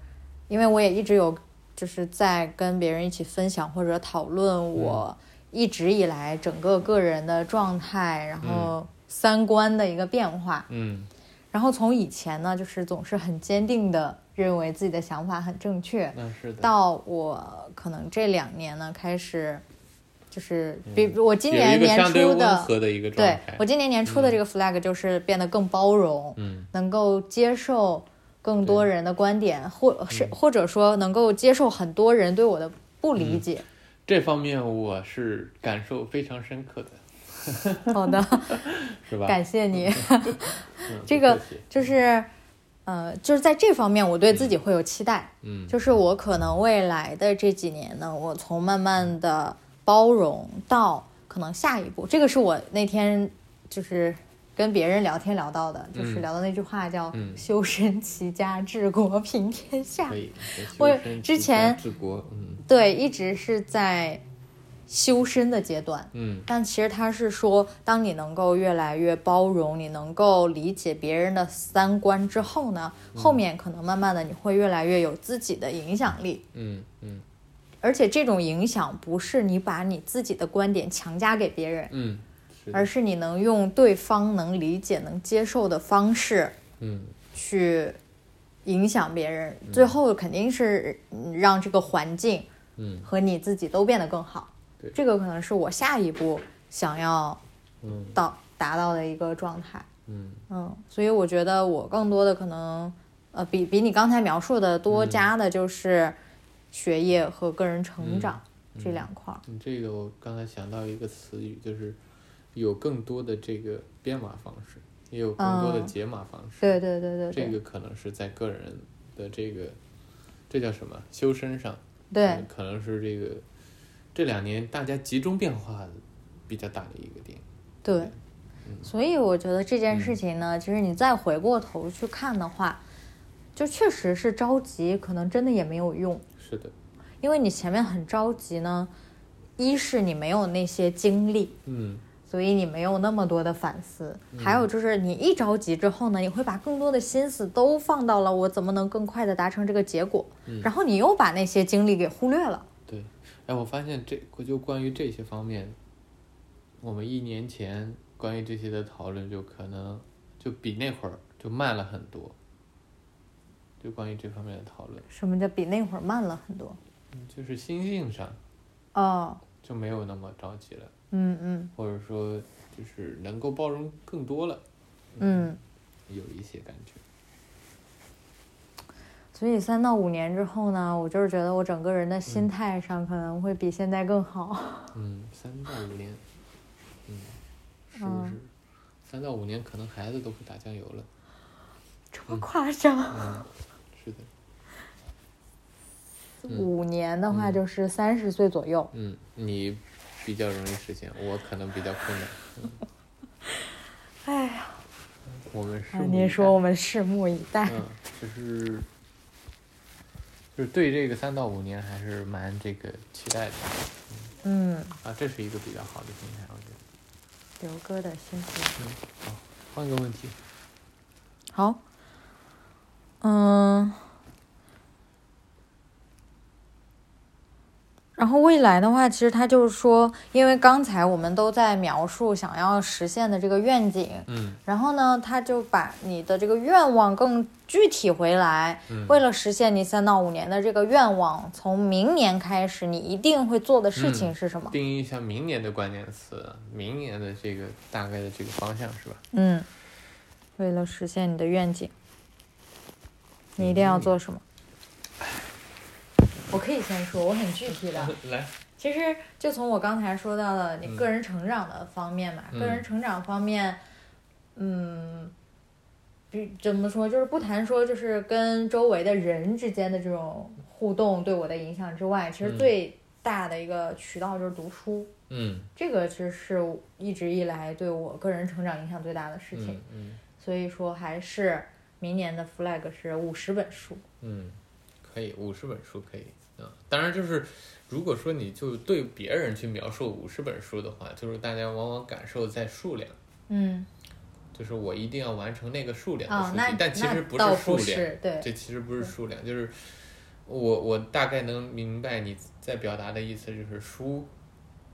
Speaker 1: 因为我也一直有就是在跟别人一起分享或者讨
Speaker 2: 嗯
Speaker 1: 论我一直以来整个个人的状态，然后三观的一个变化。
Speaker 2: 嗯
Speaker 1: 然后从以前呢，就是总是很坚定的认为自己的想法很正确，
Speaker 2: 那是的。
Speaker 1: 到我可能这两年呢开始。就是
Speaker 2: 嗯
Speaker 1: 比我今
Speaker 2: 有
Speaker 1: 年
Speaker 2: 一个
Speaker 1: 年
Speaker 2: 相对
Speaker 1: 初
Speaker 2: 温
Speaker 1: 的，
Speaker 2: 和的一个状
Speaker 1: 对
Speaker 2: 态
Speaker 1: 我。今年年初的这个 flag 就是变得更包容，
Speaker 2: 嗯
Speaker 1: 能够接受更多人的观点，或是或者说能够接受很多人对我的不理解。
Speaker 2: 这方面我是感受非常深刻的，
Speaker 1: 好的，
Speaker 2: 是吧？
Speaker 1: 感谢你。
Speaker 2: 嗯不
Speaker 1: 这 个
Speaker 2: 客气
Speaker 1: 就是，呃，就是在这方面，我对自己会有期待，
Speaker 2: 嗯
Speaker 1: 就是我可能未来的这几年呢，我从慢慢的包容到可能下一步，这个是我那天就是。跟别人聊天聊到的，就是
Speaker 2: 嗯
Speaker 1: 聊到那句话叫“
Speaker 2: 嗯
Speaker 1: 修身齐家治国平天下”，
Speaker 2: 可以。
Speaker 1: 我
Speaker 2: 修身
Speaker 1: 之
Speaker 2: 齐
Speaker 1: 前
Speaker 2: 家治国，嗯
Speaker 1: 对，一直是在修身的阶段。
Speaker 2: 嗯
Speaker 1: 但其实他是说，当你能够越来越包容，你能够理解别人的三观之后呢，
Speaker 2: 嗯
Speaker 1: 后面可能慢慢的你会越来越有自己的影响力。
Speaker 2: 嗯嗯
Speaker 1: 而且这种影响不是你把你自己的观点强加给别人，
Speaker 2: 嗯，是的
Speaker 1: 而是你能用对方能理解、能接受的方式
Speaker 2: 嗯
Speaker 1: 去影响别人，最后肯定是嗯让这个环境
Speaker 2: 嗯
Speaker 1: 和你自己都变得更好
Speaker 2: 对。
Speaker 1: 这个可能是我下一步想要
Speaker 2: 嗯
Speaker 1: 到达到的一个状态。
Speaker 2: 嗯
Speaker 1: 嗯，所以我觉得我更多的可能，呃，比比你刚才描述的多加的就是学业和个人成长这两块儿。
Speaker 2: 你嗯这个我刚才想到一个词语，就是有更多的这个编码方式，也有更多的
Speaker 1: 嗯
Speaker 2: 解码方式。
Speaker 1: 对对对对对、
Speaker 2: 这个可能是在个人的这个这叫什么修身上，
Speaker 1: 对，
Speaker 2: 可能是这个这两年大家集中变化比较大的一个点。
Speaker 1: 对。
Speaker 2: 嗯
Speaker 1: 所以我觉得这件事情呢，其实你再回过头去看的话，就确实是着急，可能真的也没有用，
Speaker 2: 是的，
Speaker 1: 因为你前面很着急呢，一是你没有那些精力，
Speaker 2: 嗯
Speaker 1: 所以你没有那么多的反思。还有就是你一着急之后呢，你会把更多的心思都放到了我怎么能更快的达成这个结果，
Speaker 2: 嗯
Speaker 1: 然后你又把那些精力给忽略了。
Speaker 2: 对。哎，我发现这就关于这些方面，我们一年前关于这些的讨论就可能就比那会儿就慢了很多。就关于这方面的讨论，
Speaker 1: 什么叫比那会儿慢了很多？
Speaker 2: 嗯就是心性上
Speaker 1: 哦，
Speaker 2: 就没有那么着急了，
Speaker 1: 嗯嗯
Speaker 2: 或者说就是能够包容更多了，
Speaker 1: 嗯，
Speaker 2: 有一些感觉。
Speaker 1: 所以三到五年之后呢，我就是觉得我整个人的心态上可能会比现在更好。
Speaker 2: 嗯，三到五年，嗯，是不是？三到五年可能孩子都会打酱油了。
Speaker 1: 这么夸张？
Speaker 2: 嗯，是的，嗯
Speaker 1: 五年的话
Speaker 2: 嗯
Speaker 1: 就是三十岁左右。
Speaker 2: 嗯，你比较容易实现，我可能比较困难。
Speaker 1: 哎呀，
Speaker 2: 我们是
Speaker 1: 哎，您说我们拭目以待。
Speaker 2: 嗯，就是就是对这个三到五年还是蛮这个期待的
Speaker 1: 嗯，
Speaker 2: 啊，这是一个比较好的心态，我觉得。
Speaker 1: 刘哥的心情。
Speaker 2: 换个问题，
Speaker 1: 好，嗯，然后未来的话，其实他就是说，因为刚才我们都在描述想要实现的这个愿景，
Speaker 2: 嗯
Speaker 1: 然后呢，他就把你的这个愿望更具体回来。
Speaker 2: 嗯
Speaker 1: 为了实现你三到五年的这个愿望，从明年开始，你一定会做的事情
Speaker 2: 嗯
Speaker 1: 是什么？
Speaker 2: 定义一下明年的关键词，明年的这个大概的这个方向是吧？
Speaker 1: 嗯，为了实现你的愿景，你一定
Speaker 2: 嗯
Speaker 1: 要做什么？我可以先说，我很具体的。
Speaker 2: 来，
Speaker 1: 其实就从我刚才说到的你
Speaker 2: 嗯
Speaker 1: 个人成长的方面嘛，
Speaker 2: 嗯
Speaker 1: 个人成长方面，嗯，比怎么说，就是不谈说就是跟周围的人之间的这种互动对我的影响之外，其实
Speaker 2: 嗯
Speaker 1: 最大的一个渠道就是读书。
Speaker 2: 嗯
Speaker 1: 这个其实是我一直以来对我个人成长影响最大的事情。
Speaker 2: 嗯嗯
Speaker 1: 所以说还是明年的 flag 是五十本书。
Speaker 2: 嗯，可以，五十本书可以。嗯，当然就是，如果说你就对别人去描述五十本书的话，就是大家往往感受在数量，
Speaker 1: 嗯，
Speaker 2: 就是我一定要完成那个数量的
Speaker 1: 啊
Speaker 2: 数，据，
Speaker 1: 那
Speaker 2: 但其实
Speaker 1: 那
Speaker 2: 不
Speaker 1: 倒
Speaker 2: 是
Speaker 1: 不
Speaker 2: 数量，
Speaker 1: 是，对，嗯
Speaker 2: 这其实不是数量，就是我我大概能明白你在表达的意思，就是书，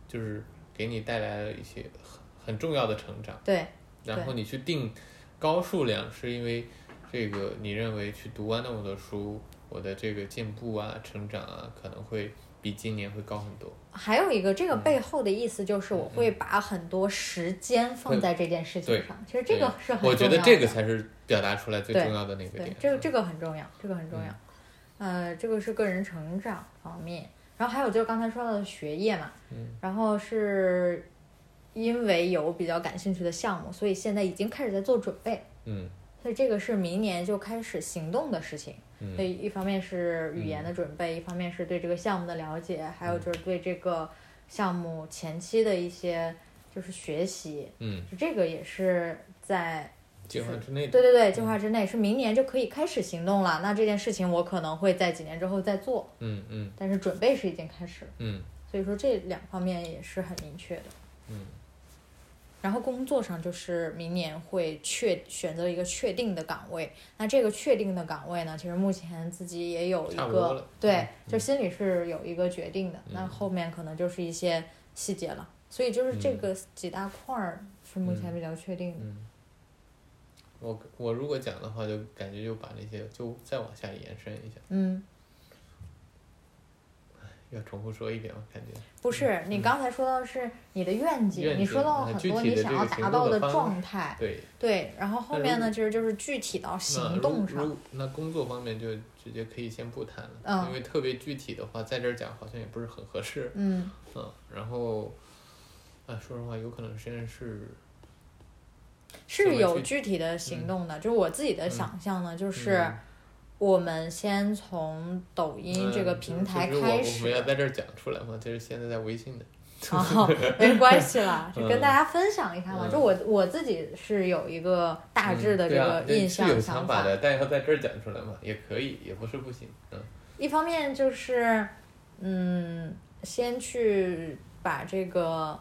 Speaker 2: 就是给你带来了一些很很重要的成长。
Speaker 1: 对，
Speaker 2: 然后你去定高数量，是因为这个你认为去读完那么多书，我的这个进步啊、成长啊，可能会比今年会高很多。
Speaker 1: 还有一个这个
Speaker 2: 嗯
Speaker 1: 背后的意思就是，我会把很多时间放在这件事情上。其实这个是很重要的
Speaker 2: 我觉得这个才是表达出来最
Speaker 1: 对
Speaker 2: 重要的那嗯个
Speaker 1: 对
Speaker 2: 点，。
Speaker 1: 这个这个很重要，这个很重要。呃，这个是个人成长方面，然后还有就是刚才说到的学业嘛，
Speaker 2: 嗯
Speaker 1: 然后是因为有比较感兴趣的项目，所以现在已经开始在做准备。
Speaker 2: 嗯
Speaker 1: 所以这个是明年就开始行动的事情。
Speaker 2: 嗯
Speaker 1: 所以一方面是语言的准备，一方面是对这个项目的了解，还
Speaker 2: 嗯
Speaker 1: 有就是对这个项目前期的一些就是学习，
Speaker 2: 嗯，
Speaker 1: 就这个也是在
Speaker 2: 计划之内的。
Speaker 1: 对对对计
Speaker 2: 嗯
Speaker 1: 划之内，是明年就可以开始行动了。那这件事情我可能会在几年之后再做，
Speaker 2: 嗯嗯
Speaker 1: 但是准备是已经开始了。
Speaker 2: 嗯，
Speaker 1: 所以说这两方面也是很明确的。
Speaker 2: 嗯，
Speaker 1: 然后工作上就是明年会确选择一个确定的岗位，那这个确定的岗位呢，其实目前自己也有一
Speaker 2: 差不多
Speaker 1: 个
Speaker 2: 了
Speaker 1: 对
Speaker 2: 嗯，
Speaker 1: 就心里是有一个决定的，那
Speaker 2: 嗯
Speaker 1: 后面可能就是一些细节了。所以就是这
Speaker 2: 嗯
Speaker 1: 个几大块儿是目前比较确定的。
Speaker 2: 嗯，我我如果讲的话，就感觉就把那些就再往下延伸一下，
Speaker 1: 嗯，
Speaker 2: 要重复说一遍吗？感觉
Speaker 1: 不是，你刚才说到是你的愿景，
Speaker 2: 嗯愿景
Speaker 1: 你说到
Speaker 2: 那
Speaker 1: 很
Speaker 2: 具
Speaker 1: 多
Speaker 2: 体
Speaker 1: 你
Speaker 2: 的
Speaker 1: 想
Speaker 2: 这
Speaker 1: 要
Speaker 2: 个行
Speaker 1: 达
Speaker 2: 动
Speaker 1: 到的
Speaker 2: 的方
Speaker 1: 状态，
Speaker 2: 对。
Speaker 1: 对，然后后面
Speaker 2: 那
Speaker 1: 呢，其实就是具体到
Speaker 2: 那
Speaker 1: 行
Speaker 2: 如
Speaker 1: 动上，
Speaker 2: 如那工作方面就直接可以先不谈了，
Speaker 1: 嗯
Speaker 2: 因为特别具体的话，在这儿讲好像也不是很合适。
Speaker 1: 嗯
Speaker 2: 嗯，然后，啊，说实话，有可能实验室，，
Speaker 1: 是有具体的行动的。就是我自己的想象呢，就是
Speaker 2: 嗯
Speaker 1: 我们先从抖音这个
Speaker 2: 嗯
Speaker 1: 平台
Speaker 2: 就是
Speaker 1: 开
Speaker 2: 我我们要
Speaker 1: 始，
Speaker 2: 在这儿讲出来嘛，这是现在在微信的，
Speaker 1: 然后哦没关系 啦，就跟
Speaker 2: 嗯
Speaker 1: 大家分享一下嘛。
Speaker 2: 嗯
Speaker 1: 就我我自己是有一个大致的
Speaker 2: 嗯
Speaker 1: 这
Speaker 2: 对啊
Speaker 1: 个
Speaker 2: 对
Speaker 1: 印象
Speaker 2: 是有
Speaker 1: 想
Speaker 2: 想
Speaker 1: 法
Speaker 2: 法。的，但要在这儿讲出来嘛，也可以，也不是不行，嗯
Speaker 1: 一方面就是，嗯，先去把这个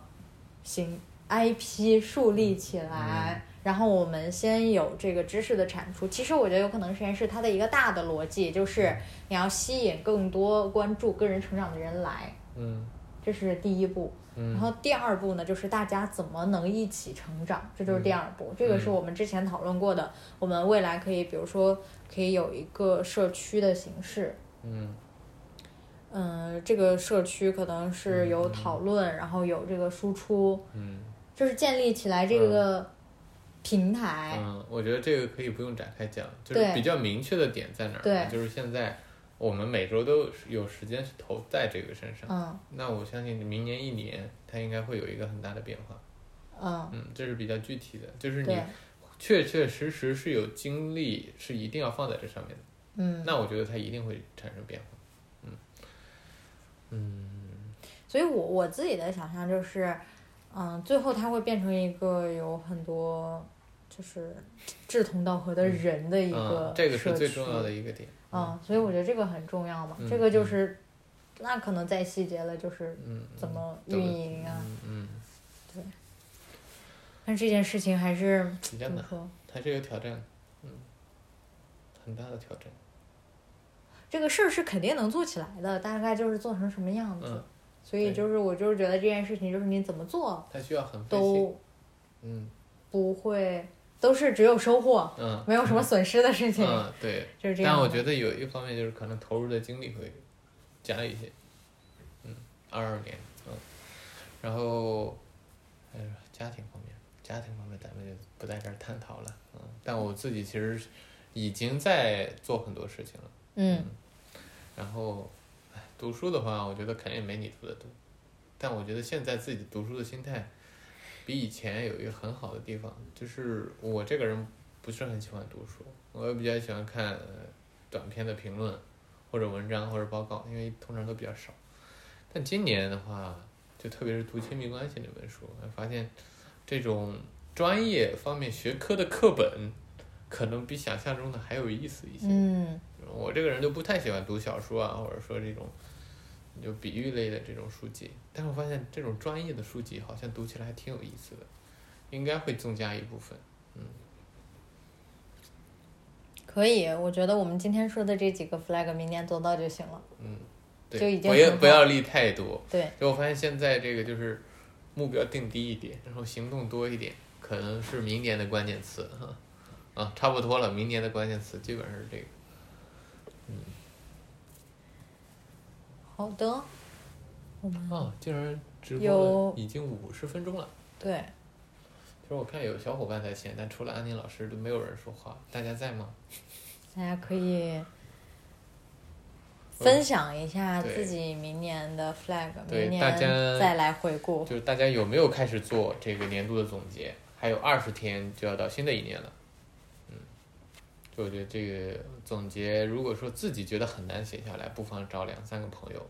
Speaker 1: 行 IP 树立起来，然后我们先有这个知识的产出。其实我觉得有可能实验室它的一个大的逻辑就是你要吸引更多关注个人成长的人来，
Speaker 2: 嗯
Speaker 1: 这是第一步。
Speaker 2: 嗯，
Speaker 1: 然后第二步呢，就是大家怎么能一起成长，这就是第
Speaker 2: 嗯
Speaker 1: 二步。这个是我们之前讨论过的，我们未来可以，比如说可以有一个社区的形式，
Speaker 2: 嗯
Speaker 1: 嗯，这个社区可能是有讨论，然后有这个输出，
Speaker 2: 嗯
Speaker 1: 就是建立起来这个平台。
Speaker 2: 嗯，我觉得这个可以不用展开讲，就
Speaker 1: 对
Speaker 2: 是比较明确的点在哪儿呢？
Speaker 1: 对
Speaker 2: 就是现在我们每周都有有时间是投在这个身上，
Speaker 1: 嗯
Speaker 2: 那我相信明年一年它应该会有一个很大的变化。
Speaker 1: 嗯，
Speaker 2: 嗯，这是比较具体的，就是你
Speaker 1: 对，
Speaker 2: 确确实实是有精力，是一定要放在这上面的。
Speaker 1: 嗯，
Speaker 2: 那我觉得它一定会产生变化。
Speaker 1: 所以我我自己的想象就是，嗯，最后它会变成一个有很多就是志同道合的人的一
Speaker 2: 嗯
Speaker 1: 个，
Speaker 2: 这个
Speaker 1: 社
Speaker 2: 是
Speaker 1: 区。
Speaker 2: 最重要的一个点。
Speaker 1: 嗯，所以我觉得这个很重要嘛，
Speaker 2: 嗯
Speaker 1: 这个就是，那可能再细节了，就是
Speaker 2: 嗯，
Speaker 1: 怎么
Speaker 2: 怎
Speaker 1: 运
Speaker 2: 么
Speaker 1: 营啊，
Speaker 2: 嗯嗯，
Speaker 1: 但这件事情还是
Speaker 2: 比较
Speaker 1: 怎么
Speaker 2: 难，
Speaker 1: 说？
Speaker 2: 还是有挑战，嗯，很大的挑战。
Speaker 1: 这个事儿是肯定能做起来的，大概就是做成什么样子。
Speaker 2: 嗯，
Speaker 1: 所以
Speaker 2: 对
Speaker 1: 就是我就是觉得这件事情就是你怎么做
Speaker 2: 它需要很费心。
Speaker 1: 都
Speaker 2: 嗯
Speaker 1: 不会，都是只有收获，
Speaker 2: 嗯
Speaker 1: 没有什么损失的事情，
Speaker 2: 嗯，对。
Speaker 1: 就是这样
Speaker 2: 但
Speaker 1: 的。
Speaker 2: 我觉得有一方面就是可能投入的精力会加一些，嗯，二二年，嗯，然后还有家庭方面，家庭方面咱们就不在这儿探讨了，嗯，但我自己其实已经在做很多事情了，
Speaker 1: 嗯，
Speaker 2: 然后，哎，读书的话，我觉得肯定没你读的多，但我觉得现在自己读书的心态比以前有一个很好的地方，就是我这个人不是很喜欢读书，我也比较喜欢看呃短篇的评论或者文章或者报告，因为通常都比较少。但今年的话，就特别是读亲密关系那本书，我发现这种专业方面学科的课本，可能比想象中的还有意思一些。
Speaker 1: 嗯
Speaker 2: 我这个人就不太喜欢读小说啊，或者说这种就比喻类的这种书籍，但是我发现这种专业的书籍好像读起来还挺有意思的，应该会增加一部分。
Speaker 1: 可以。我觉得我们今天说的这几个 flag，明年做到就行了。
Speaker 2: 对，
Speaker 1: 就已经
Speaker 2: 不要
Speaker 1: 很好
Speaker 2: 不要立太多。
Speaker 1: 对，
Speaker 2: 就我发现现在这个就是目标定低一点，然后行动多一点，可能是明年的关键词哈。啊，差不多了，明年的关键词基本上是这个。
Speaker 1: 好的，我们
Speaker 2: 哦，竟然直播
Speaker 1: 有
Speaker 2: 了已经五十分钟了。
Speaker 1: 对
Speaker 2: 其实我看有小伙伴在线，但除了安妮老师都没有人说话，大家在吗？
Speaker 1: 大家可以。分享一下
Speaker 2: 对
Speaker 1: 自己明年的 flag，
Speaker 2: 对
Speaker 1: 明
Speaker 2: 大
Speaker 1: 年
Speaker 2: 家
Speaker 1: 再来回顾。
Speaker 2: 就是大家有没有开始做这个年度的总结？还有二十天就要到新的一年了，嗯，就我觉得这个总结，如果说自己觉得很难写下来，不妨找两三个朋友，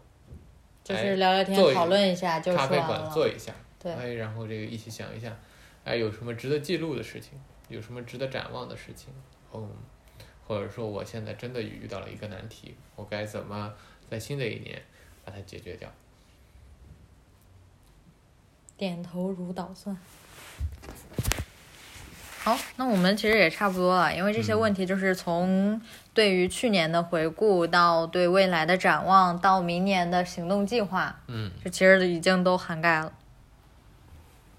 Speaker 1: 就是聊聊
Speaker 2: 哎做
Speaker 1: 天、
Speaker 2: 一
Speaker 1: 讨论一下就说
Speaker 2: 咖啡
Speaker 1: 完
Speaker 2: 馆
Speaker 1: 了。
Speaker 2: 坐一下，
Speaker 1: 对
Speaker 2: 哎，然后这个一起想一下，哎，有什么值得记录的事情，有什么值得展望的事情，嗯，或者说我现在真的遇到了一个难题，我该怎么在新的一年把它解决掉？
Speaker 1: 点头如捣蒜。好，那我们其实也差不多了，因为这
Speaker 2: 嗯
Speaker 1: 些问题就是从对于去年的回顾到对未来的展望，到明年的行动计划，
Speaker 2: 嗯
Speaker 1: 这其实已经都涵盖了。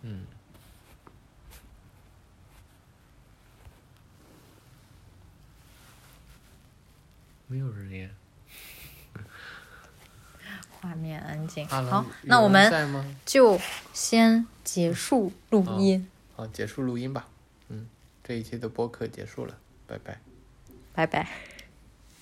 Speaker 2: 嗯，没有人烟。
Speaker 1: 画面安静。
Speaker 2: 阿郎
Speaker 1: 好
Speaker 2: 有，
Speaker 1: 那我
Speaker 2: 人
Speaker 1: 们
Speaker 2: 在吗？
Speaker 1: 就先结束录音，
Speaker 2: 嗯好，结束录音吧。嗯，这一期的播客结束了，拜拜。
Speaker 1: 拜拜。